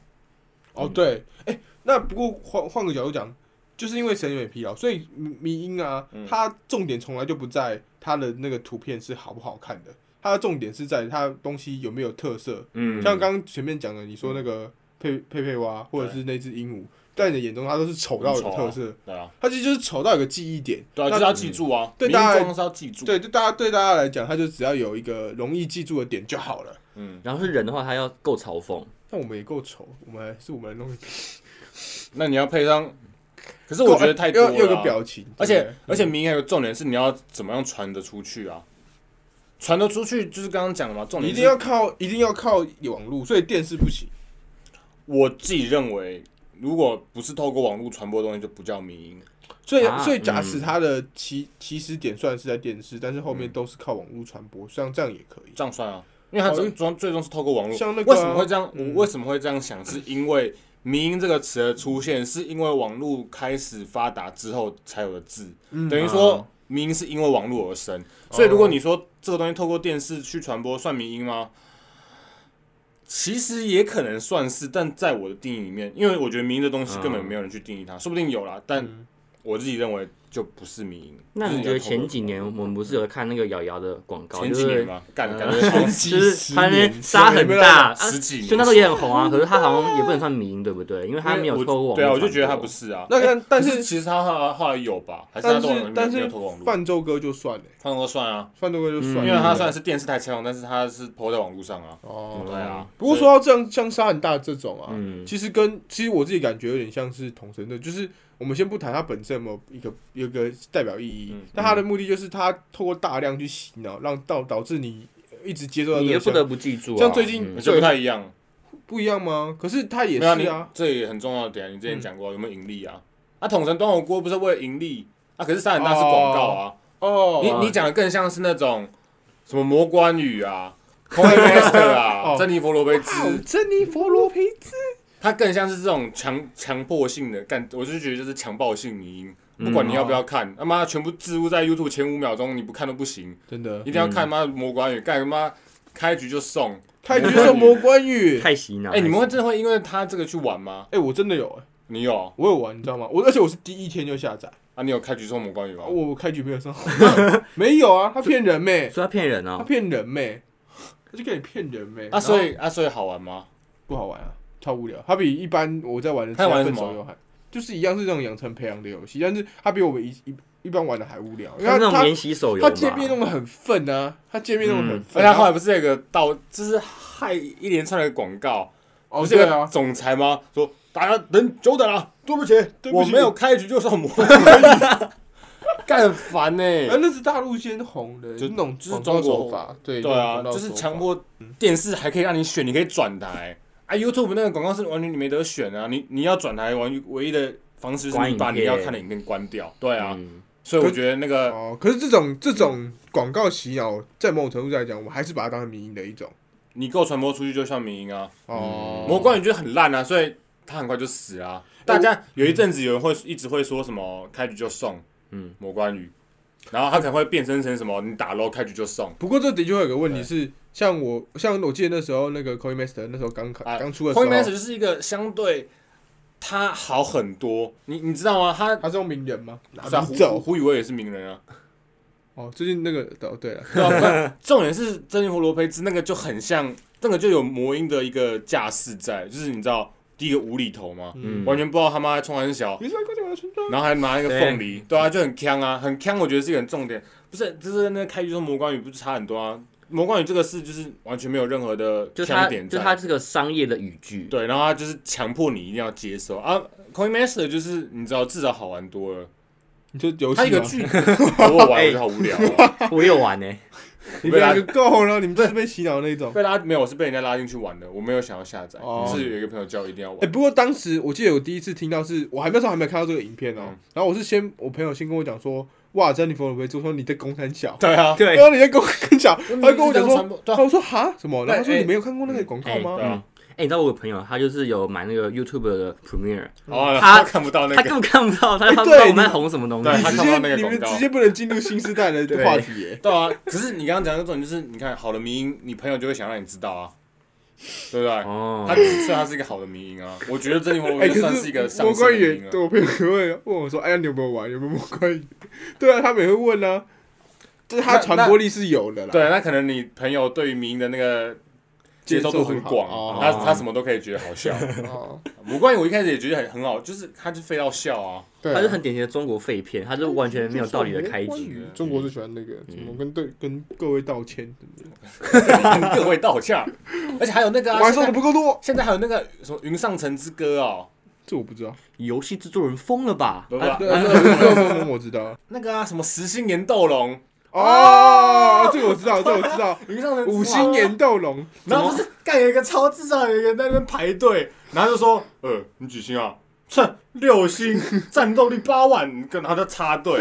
Speaker 1: 哦，对，哎、那不过换换个角度讲，就是因为审美疲劳，所以迷迷音啊，
Speaker 3: 嗯
Speaker 1: 它重点从来就不在它的那个图片是好不好看的，它的重点是在它东西有没有特色。
Speaker 3: 嗯，
Speaker 1: 像刚刚前面讲的，你说那个佩佩佩蛙或者是那只鹦鹉，在你的眼中它都是丑到有
Speaker 3: 很丑啊
Speaker 1: 特色，
Speaker 3: 对啊，
Speaker 1: 它其实就是丑到有个记忆点。
Speaker 3: 对啊，
Speaker 1: 那
Speaker 3: 就是要记住啊，
Speaker 1: 对
Speaker 3: 民音
Speaker 1: 大家
Speaker 3: 中是要记住，
Speaker 1: 对，就大家对大家来讲，它就只要有一个容易记住的点就好了。
Speaker 3: 嗯，
Speaker 2: 然后是人的话，他要够嘲讽，
Speaker 1: 但我们也够丑，我们还是我们弄。
Speaker 3: 那你要配上，可是
Speaker 1: 可
Speaker 3: 我觉得太多了啊，
Speaker 1: [laughs] 要有个表情，对不
Speaker 3: 而且
Speaker 1: 对
Speaker 3: 而且民谣有个重点是你要怎么样传得出去啊？传得出去就是刚刚讲的嘛，重
Speaker 1: 嗯一
Speaker 3: 点是
Speaker 1: 定要靠，一定要靠网络，所以电视不行。
Speaker 3: 我自己认为，如果不是透过网络传播的东西，就不叫民音。
Speaker 1: 所以，
Speaker 2: 啊
Speaker 1: 所以假
Speaker 3: 嗯
Speaker 1: 使它的起起始点虽然是在电视，但是后
Speaker 3: 嗯
Speaker 1: 面都是靠网络传播，像这样也可以。
Speaker 3: 这样算啊，因为它
Speaker 1: 哦
Speaker 3: 最
Speaker 1: 因
Speaker 3: 终最终是透过网络。
Speaker 1: 像那个啊
Speaker 3: 为什么会这样？
Speaker 1: 嗯
Speaker 3: 我为什么会这样想？是因为“民音”这个词的出现，是因为网络开始发达之后才有的字，
Speaker 1: 嗯哦
Speaker 3: 等于
Speaker 2: 啊
Speaker 3: 说“民音”是因为网络而生。所以如果你说这个东西透过电视去传播，算民音吗？其实也可能算是，但在我的定义里面，因为我觉得民音这东西根本
Speaker 2: 嗯
Speaker 3: 没有人去定义它，说不定有啦，但
Speaker 1: 嗯
Speaker 3: 我自己认为就不是民音。
Speaker 2: 那你觉得
Speaker 3: 就是要透过
Speaker 2: 前几年我们不是有看那个瑶瑶的广告，
Speaker 3: 前
Speaker 2: 就
Speaker 3: 几年
Speaker 2: 是
Speaker 3: 嘛，干
Speaker 2: 呃
Speaker 3: 感觉好像
Speaker 2: 就是他那
Speaker 1: 几十年
Speaker 2: 边杀很大，啊
Speaker 3: 十几年
Speaker 2: 就那时候也很红啊，可是他好像也不能算名，对不对？因为他没有
Speaker 3: 因为我
Speaker 2: 透过网络
Speaker 3: 对啊，我
Speaker 2: 传播
Speaker 3: 就觉得他不是啊。
Speaker 1: 那但
Speaker 3: 欸
Speaker 1: 但
Speaker 3: 可
Speaker 1: 是
Speaker 3: 是其实他后来后来有吧，还是他
Speaker 1: 但
Speaker 3: 都
Speaker 1: 是但
Speaker 3: 没
Speaker 1: 是
Speaker 3: 有透过网络？
Speaker 1: 泛舟哥就算了，
Speaker 3: 放过算啊，
Speaker 1: 泛舟哥就
Speaker 2: 嗯
Speaker 1: 算了，
Speaker 3: 因为他虽然是电视台采访，但是他是抛在网络上啊。
Speaker 1: 哦。
Speaker 2: 嗯
Speaker 3: 对啊，
Speaker 1: 不过说到这样，像沙很大这种啊，
Speaker 2: 嗯
Speaker 1: 其实跟其实我自己感觉有点像是同神的，就是我们先不谈它本身有没有一个有一个代表意义
Speaker 3: 嗯，
Speaker 1: 但它的目的就是它透过大量去洗脑，让导导致你一直接受
Speaker 3: 啊
Speaker 1: 到这
Speaker 2: 你
Speaker 1: 个
Speaker 2: 就不
Speaker 1: 消息。
Speaker 2: 得不记住啊。
Speaker 1: 像最近
Speaker 2: 嗯
Speaker 3: 所以不太一样。
Speaker 1: 不一样吗？可是它也
Speaker 3: 没有
Speaker 1: 是
Speaker 3: 你
Speaker 1: 啊，嗯
Speaker 3: 这也很重要的点啊，你之前讲过有没有盈利啊？啊，统神端火锅不是为了盈利啊，可是三很大是广告啊。
Speaker 1: 哦
Speaker 3: 你
Speaker 2: 啊
Speaker 3: 你讲的更像是那种什么魔关羽啊、c o i Master
Speaker 1: [laughs]
Speaker 3: 啊、
Speaker 1: 哦
Speaker 3: 珍妮佛罗贝兹，
Speaker 1: 哦，珍妮佛罗培兹，
Speaker 3: 它更像是这种强强迫性的干，我就觉得就是强暴性迷因，不管你要不要
Speaker 1: 嗯
Speaker 3: 看，他妈全部置入在 YouTube 前五秒钟，你不看都不行，
Speaker 1: 真的
Speaker 3: 一定要
Speaker 1: 嗯
Speaker 3: 看妈魔关羽，干他妈开局就送。
Speaker 1: 开局是魔关羽。
Speaker 2: 太洗脑。
Speaker 3: 哎，你们会真的会因为他这个去玩吗？
Speaker 1: [laughs] 哎、我真的有哎、
Speaker 3: 你有
Speaker 1: 我有玩，你知道吗？我而且我是第一天就下载，
Speaker 3: 啊？你有开局送魔关羽吗？
Speaker 1: 我开局没有上， [laughs] 没有啊，他骗人 [laughs] 妹，
Speaker 2: 说他骗人
Speaker 1: 他
Speaker 2: 哦，
Speaker 1: 骗人妹，他就给你骗人妹。
Speaker 3: 啊，所
Speaker 1: 然后
Speaker 3: 以啊，所以好玩吗？
Speaker 1: 不好玩啊，超无聊。它比一般我在玩的其
Speaker 3: 它
Speaker 1: 他
Speaker 3: 玩
Speaker 1: 分
Speaker 3: 什么
Speaker 1: 手游还，就是一样是这种养成培养的游戏，但是它比我们一一一般玩的还无聊，因为
Speaker 2: 他
Speaker 1: 它
Speaker 2: 是那种
Speaker 1: 它
Speaker 2: 免洗手游
Speaker 1: 它
Speaker 2: 嘛。
Speaker 1: 界面弄得很愤啊，它界面弄得很
Speaker 3: 而且
Speaker 1: 愤、
Speaker 3: 嗯哎他
Speaker 1: 然
Speaker 3: 后
Speaker 1: 后
Speaker 3: 来不是有一个到，就是害一连串的广告，
Speaker 1: 哦
Speaker 3: 不是有
Speaker 1: 对
Speaker 3: 个
Speaker 1: 啊，
Speaker 3: 总裁吗？说大家等久等啊，对不起，
Speaker 1: 对不
Speaker 3: 我
Speaker 1: 起
Speaker 3: 没有开局就上魔，
Speaker 1: [laughs]
Speaker 3: 干烦呢、欸
Speaker 1: 啊，那是大陆先红的，
Speaker 3: 哎就
Speaker 1: 那种
Speaker 3: 就是
Speaker 1: 广告
Speaker 3: 中国
Speaker 1: 手法，对
Speaker 3: 对啊，
Speaker 1: 那种广告
Speaker 3: 就是
Speaker 1: 手法
Speaker 3: 强迫电视还可以让你选，你可以转台啊。YouTube 那个广告是完全你没得选啊，你你要转台完唯一的方式就是
Speaker 2: 关
Speaker 3: 你
Speaker 2: 影
Speaker 3: 把你
Speaker 2: 片
Speaker 3: 要看的影片关掉。对啊，
Speaker 2: 嗯
Speaker 3: 所以我觉得那个
Speaker 1: 哦。可是这种这种广告洗脑，在某种程度上来讲，我还是把它当成民营的一种
Speaker 3: 你够传播出去就像民营啊，
Speaker 2: 嗯
Speaker 1: 哦。
Speaker 3: 魔关羽就很烂啊，所以他很快就死啊。大家有一阵子有人会一直会说什么开局就送，嗯
Speaker 2: 嗯，
Speaker 3: 魔关羽，然后他可能会变身成什么你打 low 开局就送。
Speaker 1: 不过这的确会有个问题是，像我像我记得那时候那个 Coin Master 那时候刚开
Speaker 3: 啊
Speaker 1: 刚出的时
Speaker 3: Coin Master
Speaker 1: 候，
Speaker 3: 就是一个相对他好很多，你你知道吗？他
Speaker 1: 他是用名人吗？拿
Speaker 3: 是啊，
Speaker 1: 不
Speaker 3: 胡
Speaker 1: 走
Speaker 3: 胡宇威也是名人啊， [laughs]
Speaker 1: 哦，最近那个哦，对了，
Speaker 3: 对啊，不然重点是珍妮佛罗培兹那个就很像，那个就有魔音的一个架势在，就是你知道第一个无厘头嘛，
Speaker 2: 嗯
Speaker 3: 完全不知道他妈在冲很小，
Speaker 1: 你是来关键我的村庄，
Speaker 3: 然后还拿一个
Speaker 2: 对
Speaker 3: 凤梨，对啊，就很呛啊，很呛，我觉得是一个很重点，不是，就是那开局说魔关羽不是差很多啊，魔关羽这个事就是完全没有任何的
Speaker 2: 就
Speaker 3: 强
Speaker 2: 他
Speaker 3: 点
Speaker 2: 就
Speaker 3: 在，
Speaker 2: 他这个商业的语句，
Speaker 3: 对，然后他就是强迫你一定要接受啊，Coin Master 就是你知道至少好玩多了，
Speaker 1: 你就游戏
Speaker 3: 他一个
Speaker 1: 吗，
Speaker 3: 剧 [laughs] 我玩我就好无聊、啊。
Speaker 2: 我有玩呢、
Speaker 1: 你们两个够了，你们这是被洗脑的那种。
Speaker 3: 被拉没有，我是被人家拉进去玩的，我没有想要下载，
Speaker 1: 哦
Speaker 3: 是有一个朋友叫我一定要玩。
Speaker 1: 哎、不过当时我记得我第一次听到是，我还那时候还没有看到这个影片哦、
Speaker 3: 嗯
Speaker 1: 然后我是先我朋友先跟我讲说，哇，珍妮佛·罗贝兹说你在公山小，
Speaker 3: 对啊，
Speaker 2: [laughs] 对
Speaker 1: 然 [laughs] 后你在公山
Speaker 3: [laughs]
Speaker 1: 小，
Speaker 3: 他
Speaker 1: 他就跟我讲说，，
Speaker 3: 对
Speaker 1: 然
Speaker 3: 啊，
Speaker 1: 后我说哈什么？然后他说
Speaker 3: 哎哎
Speaker 1: 你没有看过那个广告吗？
Speaker 3: 对
Speaker 2: 嗯
Speaker 3: 啊，
Speaker 2: 哎、你知道我有朋友，他就是有买那个 YouTube 的 Premiere，、
Speaker 1: 嗯
Speaker 3: 哦，
Speaker 2: 他
Speaker 3: 看不到那
Speaker 2: 他
Speaker 3: 个，
Speaker 2: 根本看不到，他他
Speaker 1: 哎
Speaker 2: 不知道
Speaker 1: 对
Speaker 2: 我们
Speaker 1: 你
Speaker 2: 在红什么东
Speaker 3: 对
Speaker 1: 你
Speaker 3: 他
Speaker 1: 直
Speaker 2: 西。
Speaker 3: 看
Speaker 1: 接
Speaker 3: 到那个
Speaker 1: 你们
Speaker 3: 广告
Speaker 1: 直接不能进入新时代的
Speaker 2: 对
Speaker 1: 话题耶、
Speaker 3: [laughs] 对啊。可是你刚刚讲的这种，就是你看好的迷音，你朋友就会想让你知道啊，对不对？
Speaker 2: 哦
Speaker 3: 他，所以他是一个好的迷音啊，我觉得这一波
Speaker 1: 哎、
Speaker 3: 我
Speaker 1: 可
Speaker 3: 就算
Speaker 1: 是
Speaker 3: 一个
Speaker 1: 魔
Speaker 3: 上升
Speaker 1: 关
Speaker 3: 的迷啊
Speaker 1: 羽
Speaker 3: 音，
Speaker 1: 对
Speaker 3: 了。
Speaker 1: 我朋友会问我说：“哎呀，你有没有玩？有没有魔关羽？”对啊，他们也会问啊，就是他
Speaker 3: 那
Speaker 1: 传播力是有的啦。
Speaker 3: 对，那可能你朋友对于迷音的那个接受度很广，他
Speaker 1: 哦
Speaker 3: 他什么都可以觉得好笑。
Speaker 1: 哦，
Speaker 3: 我关于我一开始也觉得很很好，就是他就非要笑啊， [laughs]
Speaker 1: 对啊，
Speaker 2: 他是很典型的中国废片，他是完全没有道理的开
Speaker 1: 关
Speaker 2: 局。
Speaker 1: 羽中国最喜欢那个什
Speaker 3: 嗯
Speaker 1: 么跟对跟各位道歉，
Speaker 3: 各位道歉，啊而且还有那个啊
Speaker 1: 我还
Speaker 3: 现在
Speaker 1: 说的不够多，
Speaker 3: 现在还有那个什么《云上城之歌》哦，
Speaker 1: 这我不知
Speaker 3: [laughs]
Speaker 1: 道。
Speaker 2: 游戏制作人疯了吧？
Speaker 3: 不不，
Speaker 1: 对啊，这个我知 [laughs] 道。
Speaker 3: 那个啊，什么十星岩斗龙，
Speaker 1: 哦，这个我知道，这个我知 [laughs] 道。
Speaker 3: 云上城之歌哦
Speaker 1: 五星，岩斗龙，
Speaker 3: 然后不是干有一个超智障，有一个在那边排队，然后就说，呃，你几星啊？ [laughs] 哼，六星，战斗力八万，跟他就插队，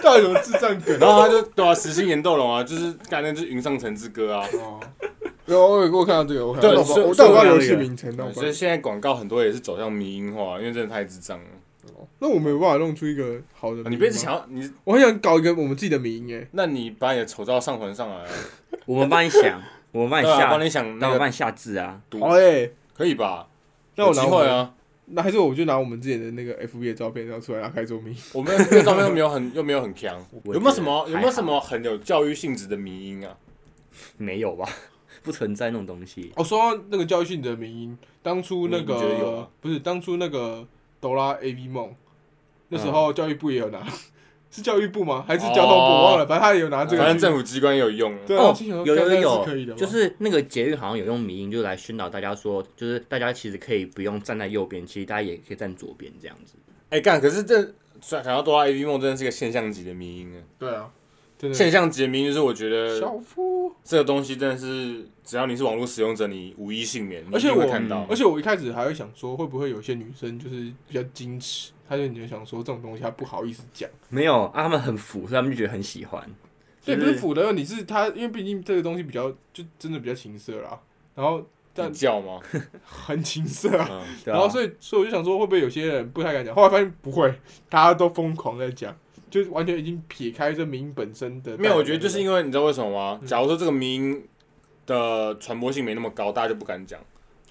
Speaker 1: 到底有什么智障梗？
Speaker 3: 然后他就对啊，十星岩斗龙啊，就是干那就是《云上城之歌》啊。
Speaker 1: 哦，有我有我看到这个，我看到
Speaker 3: 对
Speaker 1: 我不知道
Speaker 3: 所以
Speaker 1: 我但我不知道
Speaker 3: 所以我
Speaker 1: 游
Speaker 3: 看到
Speaker 1: 戏
Speaker 3: 这个
Speaker 1: 名称，但我不知
Speaker 3: 所
Speaker 1: 道
Speaker 3: 以现在广告很多也是走向迷音化，因为真的太智障了。
Speaker 1: 那我没有办法弄出一个好的。
Speaker 3: 啊你别想，要你，
Speaker 1: 我很想搞一个我们自己的名哎。
Speaker 3: 那你把你的丑照上传上来啊，
Speaker 2: 我们帮你想，我们帮你
Speaker 3: 对啊，
Speaker 2: 下
Speaker 3: 帮，你想
Speaker 2: 那
Speaker 3: 那
Speaker 2: 我
Speaker 3: 个
Speaker 2: 帮你下字啊。
Speaker 3: 毒，
Speaker 1: 好哎，
Speaker 3: 可以吧？
Speaker 1: 那我
Speaker 3: 有机
Speaker 1: 拿我
Speaker 3: 会
Speaker 1: 们，
Speaker 3: 啊。
Speaker 1: 那还是我就拿我们之前的那个 FB 的照片然后出来，然后开始做名。
Speaker 3: 我们那照片又没有很又没有很
Speaker 1: [laughs]
Speaker 3: 强，
Speaker 2: 我
Speaker 3: 有没有
Speaker 2: 觉
Speaker 3: 什
Speaker 2: 得
Speaker 3: 么有没
Speaker 2: 还
Speaker 3: 有
Speaker 2: 好
Speaker 3: 什么很有教育性质的迷音啊？
Speaker 2: 没有吧？ [laughs] 不存在那种东西。
Speaker 1: 哦，说到那个教育性质的名音，当初那
Speaker 3: 你你觉得有
Speaker 1: 个
Speaker 3: 啊
Speaker 1: 不是当初那个哆啦 A V 梦，那时候教育部也有拿， [laughs] 是教育部吗？还是交通部？
Speaker 3: 哦
Speaker 1: 我忘了，反正他也有拿啊这
Speaker 3: 反
Speaker 1: 个
Speaker 3: 正
Speaker 1: 去。
Speaker 3: 政府机关也有用啊，
Speaker 1: 对啊，
Speaker 2: 哦
Speaker 1: 我，心想
Speaker 2: 有
Speaker 1: 说
Speaker 2: 有
Speaker 1: 干这样
Speaker 2: 有
Speaker 1: 是可以的吗
Speaker 2: 就是那个捷运好像有用迷因，就来宣导大家说，就是大家其实可以不用站在右边，其实大家也可以站左边这样子。
Speaker 3: 哎干，可是这想想要多拉 A V 梦真的是个现象级的迷音啊！
Speaker 1: 对啊，真的。
Speaker 3: 现象级的迷音就是我觉得
Speaker 1: 小夫，
Speaker 3: 这个东西真的是只要你是网络使用者，你无一幸免，你
Speaker 1: 而且
Speaker 3: 一定会
Speaker 1: 我
Speaker 3: 看到
Speaker 2: 呃
Speaker 1: 而。且我一开始还会想说，会不会有些女生就是比较矜持，她就觉得想说这种东西她不好意思讲，
Speaker 2: 没有啊，他们很服，所以他们就觉得很喜欢。
Speaker 1: 所以
Speaker 2: 就
Speaker 1: 不是腐的问题，是她因为毕竟这个东西比较就真的比较情色啦，然后但
Speaker 3: 你
Speaker 1: [laughs]
Speaker 3: 叫吗？
Speaker 1: 很情色啊，
Speaker 3: 嗯，
Speaker 1: [laughs]
Speaker 2: 对啊
Speaker 1: 然后所以所以我就想说，会不会有些人不太敢讲？后来发现不会，大家都疯狂在讲，就完全已经撇开这名本身的。
Speaker 3: 没有，我觉得就是因为你知道为什么吗？
Speaker 1: 嗯
Speaker 3: 假如说这个迷音的传播性没那么高，大家就不敢讲。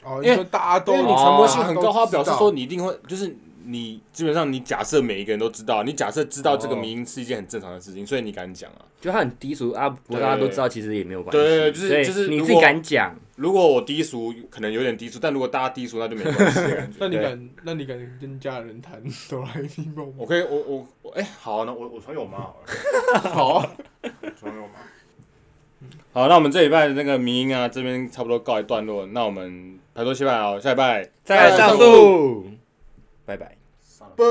Speaker 1: 哦，
Speaker 3: 因为
Speaker 1: 你说大家都
Speaker 3: 因为你传播性很高，
Speaker 1: 大家
Speaker 3: 它
Speaker 1: 都知道
Speaker 3: 表示说你一定会，就是你基本上你假设每一个人都知道，你假设知道这个迷因是一件很正常的事情，所以你敢讲啊。
Speaker 2: 就他很低俗啊，不过
Speaker 3: 对
Speaker 2: 大家都知道，其实也没有关系。
Speaker 3: 对就是
Speaker 2: 所以
Speaker 3: 就是
Speaker 2: 你
Speaker 3: 如
Speaker 2: 自己
Speaker 3: 果
Speaker 2: 敢讲，
Speaker 3: 如果我低俗，可能有点低俗，但如果大家低俗，那就没关系的感觉。
Speaker 1: 那你敢，那你敢跟家人谈哆啦 A 梦吗？
Speaker 3: [laughs] 我可以，我我我，哎、好、啊，那我我传给我妈 [laughs]
Speaker 1: 好
Speaker 3: 好了，
Speaker 1: 啊，
Speaker 3: 我传给我妈。好，那我们这礼拜的那个迷音啊，这边差不多告一段落。那我哦们排多期拜啊，下礼拜
Speaker 1: 再
Speaker 2: 再
Speaker 1: 上
Speaker 2: 上
Speaker 1: 诉
Speaker 2: 诉，拜拜。
Speaker 3: 上
Speaker 1: 不。